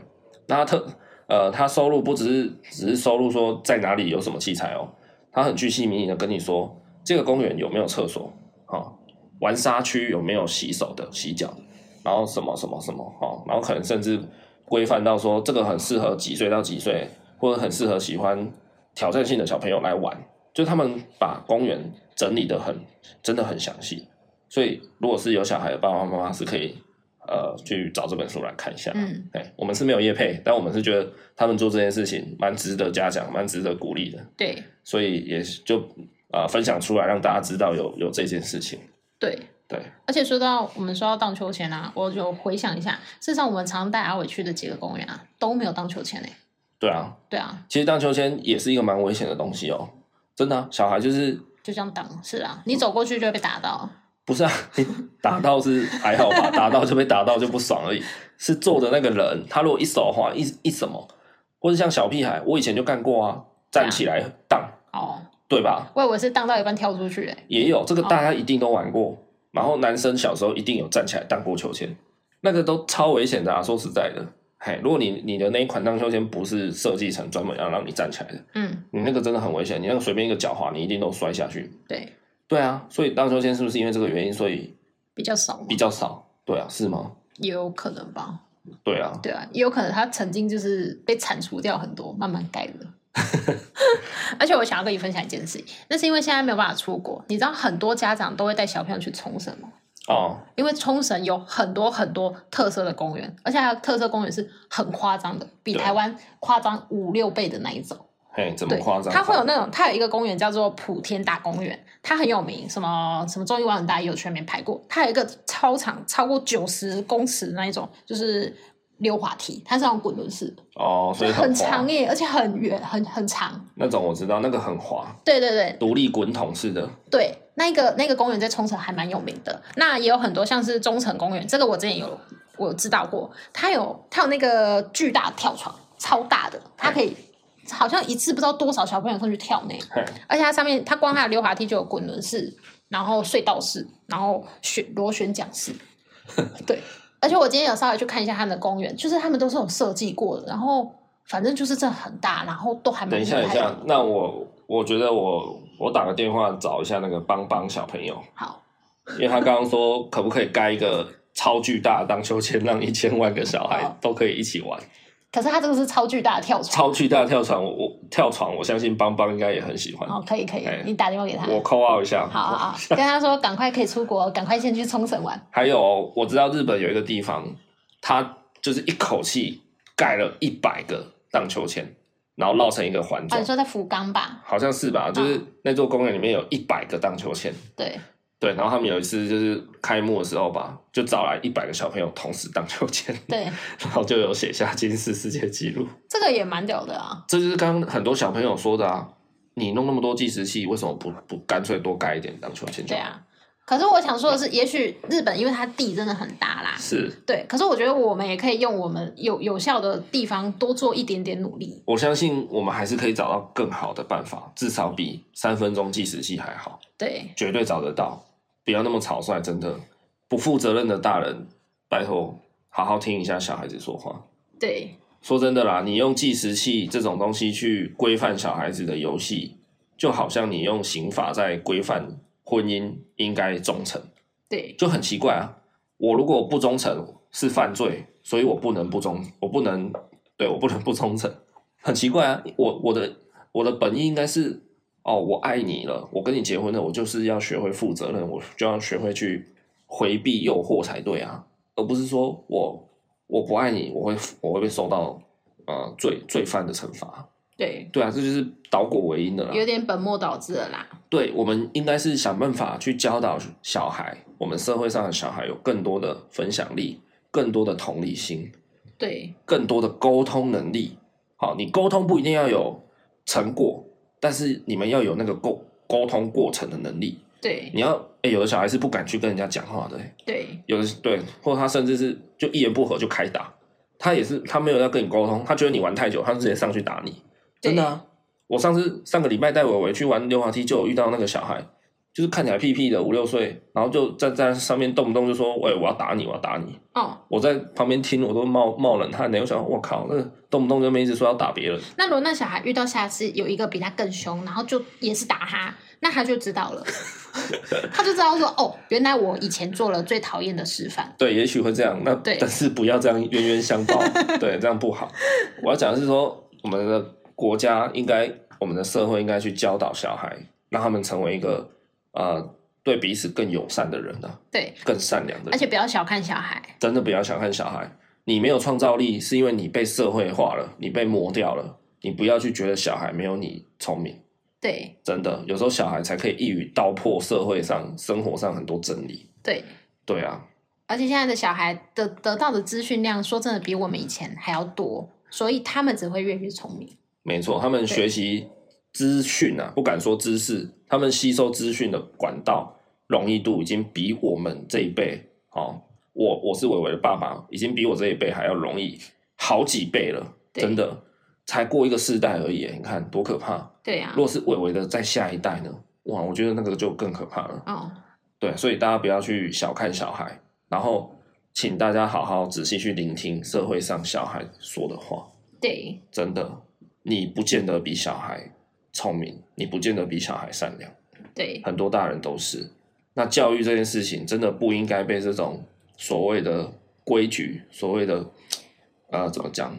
[SPEAKER 1] 那它特呃，它收录不只是只是收录说在哪里有什么器材哦，他很具细迷你的跟你说，这个公园有没有厕所啊、哦玩沙区有没有洗手的、洗脚的，然后什么什么什么哦，然后可能甚至规范到说这个很适合几岁到几岁，或者很适合喜欢挑战性的小朋友来玩，就他们把公园整理的很，真的很详细。所以如果是有小孩的爸爸妈妈是可以呃去找这本书来看一下。
[SPEAKER 2] 嗯，
[SPEAKER 1] 对，我们是没有业配，但我们是觉得他们做这件事情蛮值得嘉奖，蛮值得鼓励的。
[SPEAKER 2] 对
[SPEAKER 1] 所以也是就啊、呃分享出来，让大家知道有有这件事情。
[SPEAKER 2] 对。
[SPEAKER 1] 对，
[SPEAKER 2] 而且说到我们说到荡秋千啊，我就回想一下，事实上我们常带阿伟去的几个公园啊，都没有荡秋千诶、
[SPEAKER 1] 对啊，
[SPEAKER 2] 对啊，
[SPEAKER 1] 其实荡秋千也是一个蛮危险的东西哦，真的啊、小孩就是
[SPEAKER 2] 就这样荡是啊，你走过去就会被打到。
[SPEAKER 1] 不是啊，你打到是还好吧，打到就被打到就不爽而已。是做的那个人，他如果一手滑一一什么，或者像小屁孩，我以前就干过啊，站起来荡，
[SPEAKER 2] 哦，
[SPEAKER 1] 对吧？
[SPEAKER 2] 我以为是荡到一半跳出去诶、欸
[SPEAKER 1] 也有
[SPEAKER 2] 哦
[SPEAKER 1] 这个大家一定都玩过，然后男生小时候一定有站起来荡过秋千，那个都超危险的啊！说实在的，嘿，如果你你的那一款荡秋千不是设计成专门要让你站起来的，
[SPEAKER 2] 嗯，
[SPEAKER 1] 你那个真的很危险，你那个随便一个脚滑，你一定都摔下去。
[SPEAKER 2] 对，
[SPEAKER 1] 对啊，所以荡秋千是不是因为这个原因，所以
[SPEAKER 2] 比较少嘛，
[SPEAKER 1] 比较少？对啊，是吗？
[SPEAKER 2] 也有可能吧。
[SPEAKER 1] 对啊，
[SPEAKER 2] 对啊，也有可能他曾经就是被铲除掉很多，慢慢改的。而且我想要跟你分享一件事，那是因为现在没有办法出国，你知道很多家长都会带小朋友去冲绳吗？
[SPEAKER 1] 哦，
[SPEAKER 2] 因为冲绳有很多很多特色的公园，而且还有特色公园是很夸张的，比
[SPEAKER 1] 对
[SPEAKER 2] 台湾夸张五六倍的那一种。
[SPEAKER 1] 嘿，怎么
[SPEAKER 2] 对，
[SPEAKER 1] 夸张？
[SPEAKER 2] 它会有那种，它有一个公园叫做普天大公园，它很有名，什么什么综艺玩很大也有全面拍过。它有一个操场超过九十公尺的那一种，就是溜滑梯，它是那种滚轮式的，
[SPEAKER 1] 哦，所以
[SPEAKER 2] 很
[SPEAKER 1] 滑
[SPEAKER 2] 长耶，而且很远，很很长。
[SPEAKER 1] 那种我知道，那个很滑，
[SPEAKER 2] 对对对
[SPEAKER 1] 独立滚筒式的，
[SPEAKER 2] 对，那个那个公园在冲绳还蛮有名的。那也有很多像是中城公园，这个我之前有我有知道过，它有它有那个巨大的跳床，超大的，它可以好像一次不知道多少小朋友上去跳呢，
[SPEAKER 1] 嘿，
[SPEAKER 2] 而且它上面它光它的溜滑梯就有滚轮式，然后隧道式，然后旋螺旋桨 式，对。而且我今天有稍微去看一下它的公园，就是他们都是有设计过的，然后反正就是这很大，然后嗯都还蛮
[SPEAKER 1] 等一下，
[SPEAKER 2] 厉
[SPEAKER 1] 等一
[SPEAKER 2] 害的
[SPEAKER 1] 下，那我我觉得我我打个电话找一下那个帮帮小朋友，
[SPEAKER 2] 好，
[SPEAKER 1] 因为他刚刚说可不可以盖一个超巨大的荡秋千，让一千万个小孩
[SPEAKER 2] 好
[SPEAKER 1] 都可以一起玩。
[SPEAKER 2] 可是它这个是超巨大的跳床，
[SPEAKER 1] 超巨大跳船，我我跳床，我相信邦邦应该也很喜欢。
[SPEAKER 2] 哦，可以可以
[SPEAKER 1] 哎，
[SPEAKER 2] 你打电话给他，
[SPEAKER 1] 我 call out 一下。
[SPEAKER 2] 好好好，跟他说赶快可以出国，赶快先去 冲绳玩，
[SPEAKER 1] 还有，哦我知道日本有一个地方，它就是一口气盖了一百个荡秋千，然后绕成一个环
[SPEAKER 2] 啊，
[SPEAKER 1] 状
[SPEAKER 2] 你，说在福冈吧？
[SPEAKER 1] 好像是吧？就是那座公园里面有一百个荡秋千。
[SPEAKER 2] 对，
[SPEAKER 1] 对，然后他们有一次就是开幕的时候吧，就找来一百个小朋友同时荡秋千，
[SPEAKER 2] 对，
[SPEAKER 1] 然后就有写下金氏世界纪录。
[SPEAKER 2] 这个也蛮屌的啊。
[SPEAKER 1] 这就是刚刚很多小朋友说的啊，你弄那么多计时器，为什么不不干脆多盖一点荡秋千？
[SPEAKER 2] 对，啊，可是我想说的是，也许日本因为它地真的很大啦，
[SPEAKER 1] 是
[SPEAKER 2] 对，可是我觉得我们也可以用我们有有效的地方多做一点点努力。
[SPEAKER 1] 我相信我们还是可以找到更好的办法，至少比三分钟计时器还好，
[SPEAKER 2] 对，
[SPEAKER 1] 绝对找得到。不要那么草率，真的不负责任的大人，拜托好好听一下小孩子说话。
[SPEAKER 2] 对，
[SPEAKER 1] 说真的啦，你用计时器这种东西去规范小孩子的游戏，就好像你用刑法在规范婚姻应该忠诚。
[SPEAKER 2] 对，
[SPEAKER 1] 就很奇怪啊。我如果不忠诚是犯罪，所以我不能不忠，我不能对我不能不忠诚，很奇怪啊。我我的我的本意应该是哦，我爱你了，我跟你结婚了，我就是要学会负责任，我就要学会去回避诱惑才对啊，而不是说我我不爱你，我会我会被受到呃罪罪犯的惩罚。
[SPEAKER 2] 对，啊
[SPEAKER 1] 对啊，这就是导果为因的啦。
[SPEAKER 2] 有点本末倒置了啦。
[SPEAKER 1] 对，我们应该是想办法去教导小孩，我们社会上的小孩有更多的分享力，更多的同理心，
[SPEAKER 2] 对，
[SPEAKER 1] 更多的沟通能力。好，你沟通不一定要有成果，但是你们要有那个沟沟通过程的能力。
[SPEAKER 2] 对，
[SPEAKER 1] 你要，哎、有的小孩是不敢去跟人家讲话的、欸诶
[SPEAKER 2] 对，
[SPEAKER 1] 有的对，或者他甚至是就一言不合就开打，他也是他没有要跟你沟通，他觉得你玩太久，他直接上去打你，真的、啊。我上次上个礼拜带伟伟去玩溜滑梯，就有遇到那个小孩，就是看起来屁屁的五六岁，然后就站在上面动不动就说：“喂、我要打你，我要打你。
[SPEAKER 2] 哦，”
[SPEAKER 1] 我在旁边听，我都冒冒冷汗的。我想，我靠，那个动不动就没一直说要打别人，
[SPEAKER 2] 那如果那小孩遇到下次有一个比他更凶，然后就也是打他，那他就知道 了，他就知道说哦，原来我以前做了最讨厌的示范。
[SPEAKER 1] 对，也许会这样。那
[SPEAKER 2] 对
[SPEAKER 1] 但是不要这样冤冤相 报，对，这样不好。我要讲的是说，我们的国家应该，我们的社会应该去教导小孩，让他们成为一个呃对彼此更友善的人啊，
[SPEAKER 2] 对，
[SPEAKER 1] 更善良的
[SPEAKER 2] 而
[SPEAKER 1] 人。
[SPEAKER 2] 且不要小看小孩。
[SPEAKER 1] 真的不要小看小孩，你没有创造力，是因为你被社会化了，你被磨掉了。你不要去觉得小孩没有你聪明，
[SPEAKER 2] 对，
[SPEAKER 1] 真的，有时候小孩才可以一语道破社会上、生活上很多真理。
[SPEAKER 2] 对，
[SPEAKER 1] 对啊，
[SPEAKER 2] 而且现在的小孩得得到的资讯量，说真的比我们以前还要多，所以他们只会越来越聪明。
[SPEAKER 1] 没错，他们学习资讯啊，不敢说知识，他们吸收资讯的管道容易度已经比我们这一辈，哦，我我是伟伟的爸爸，已经比我这一辈还要容易好几倍了，
[SPEAKER 2] 对
[SPEAKER 1] 真的，才过一个世代而已，你看多可怕！
[SPEAKER 2] 对啊
[SPEAKER 1] 如，果是伟伟的再下一代呢？哇，我觉得那个就更可怕了。
[SPEAKER 2] 哦，
[SPEAKER 1] 对，所以大家不要去小看小孩，然后请大家好好仔细去聆听社会上小孩说的话。
[SPEAKER 2] 对
[SPEAKER 1] 真的，你不见得比小孩聪明，你不见得比小孩善良，
[SPEAKER 2] 对
[SPEAKER 1] 很多大人都是。那教育这件事情，真的不应该被这种所谓的规矩、所谓的呃怎么讲，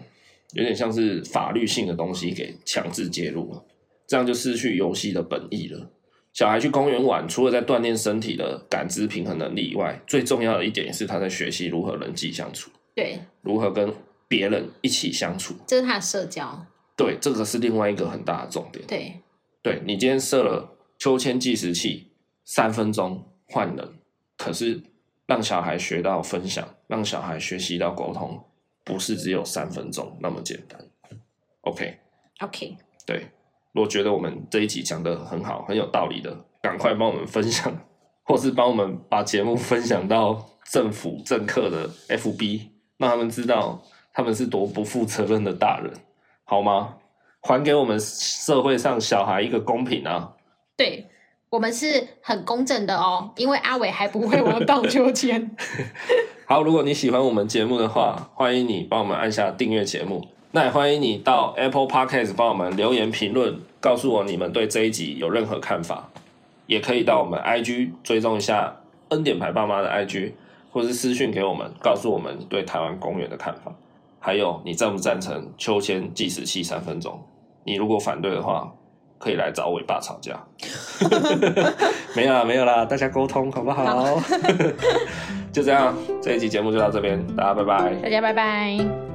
[SPEAKER 1] 有点像是法律性的东西给强制介入了，这样就失去游戏的本意了。小孩去公园玩，除了在锻炼身体的感知平衡能力以外，最重要的一点是他在学习如何人际相处，
[SPEAKER 2] 对，
[SPEAKER 1] 如何跟别人一起相处。
[SPEAKER 2] 这是他的社交。
[SPEAKER 1] 对，这个是另外一个很大的重点。
[SPEAKER 2] 对
[SPEAKER 1] 对你今天设了秋千计时器，三分钟换人，可是让小孩学到分享，让小孩学习到沟通，不是只有三分钟那么简单。OK，
[SPEAKER 2] ，OK，
[SPEAKER 1] 对，如果觉得我们这一集讲的很好，很有道理的，赶快帮我们分享， 或是帮我们把节目分享到政府政客的 FB，让他们知道他们是多不负责任的大人，好吗？还给我们社会上小孩一个公平啊！
[SPEAKER 2] 对我们是很公正的哦，因为阿伟还不为我们荡秋 千。
[SPEAKER 1] 好，如果你喜欢我们节目的话，欢迎你帮我们按下订阅节目。那也欢迎你到 Apple Podcast 帮我们留言评论，告诉我你们对这一集有任何看法。也可以到我们 IG 追踪一下恩典牌爸妈的 IG，或是私讯给我们，告诉我们你对台湾公园的看法，还有你赞不赞成秋千计时器三分钟。你如果反对的话，可以来找伟爸吵架。 没有啦，没有啦，大家沟通好不 好？就这样，这一集节目就到这边，大家拜拜。
[SPEAKER 2] 大家拜拜。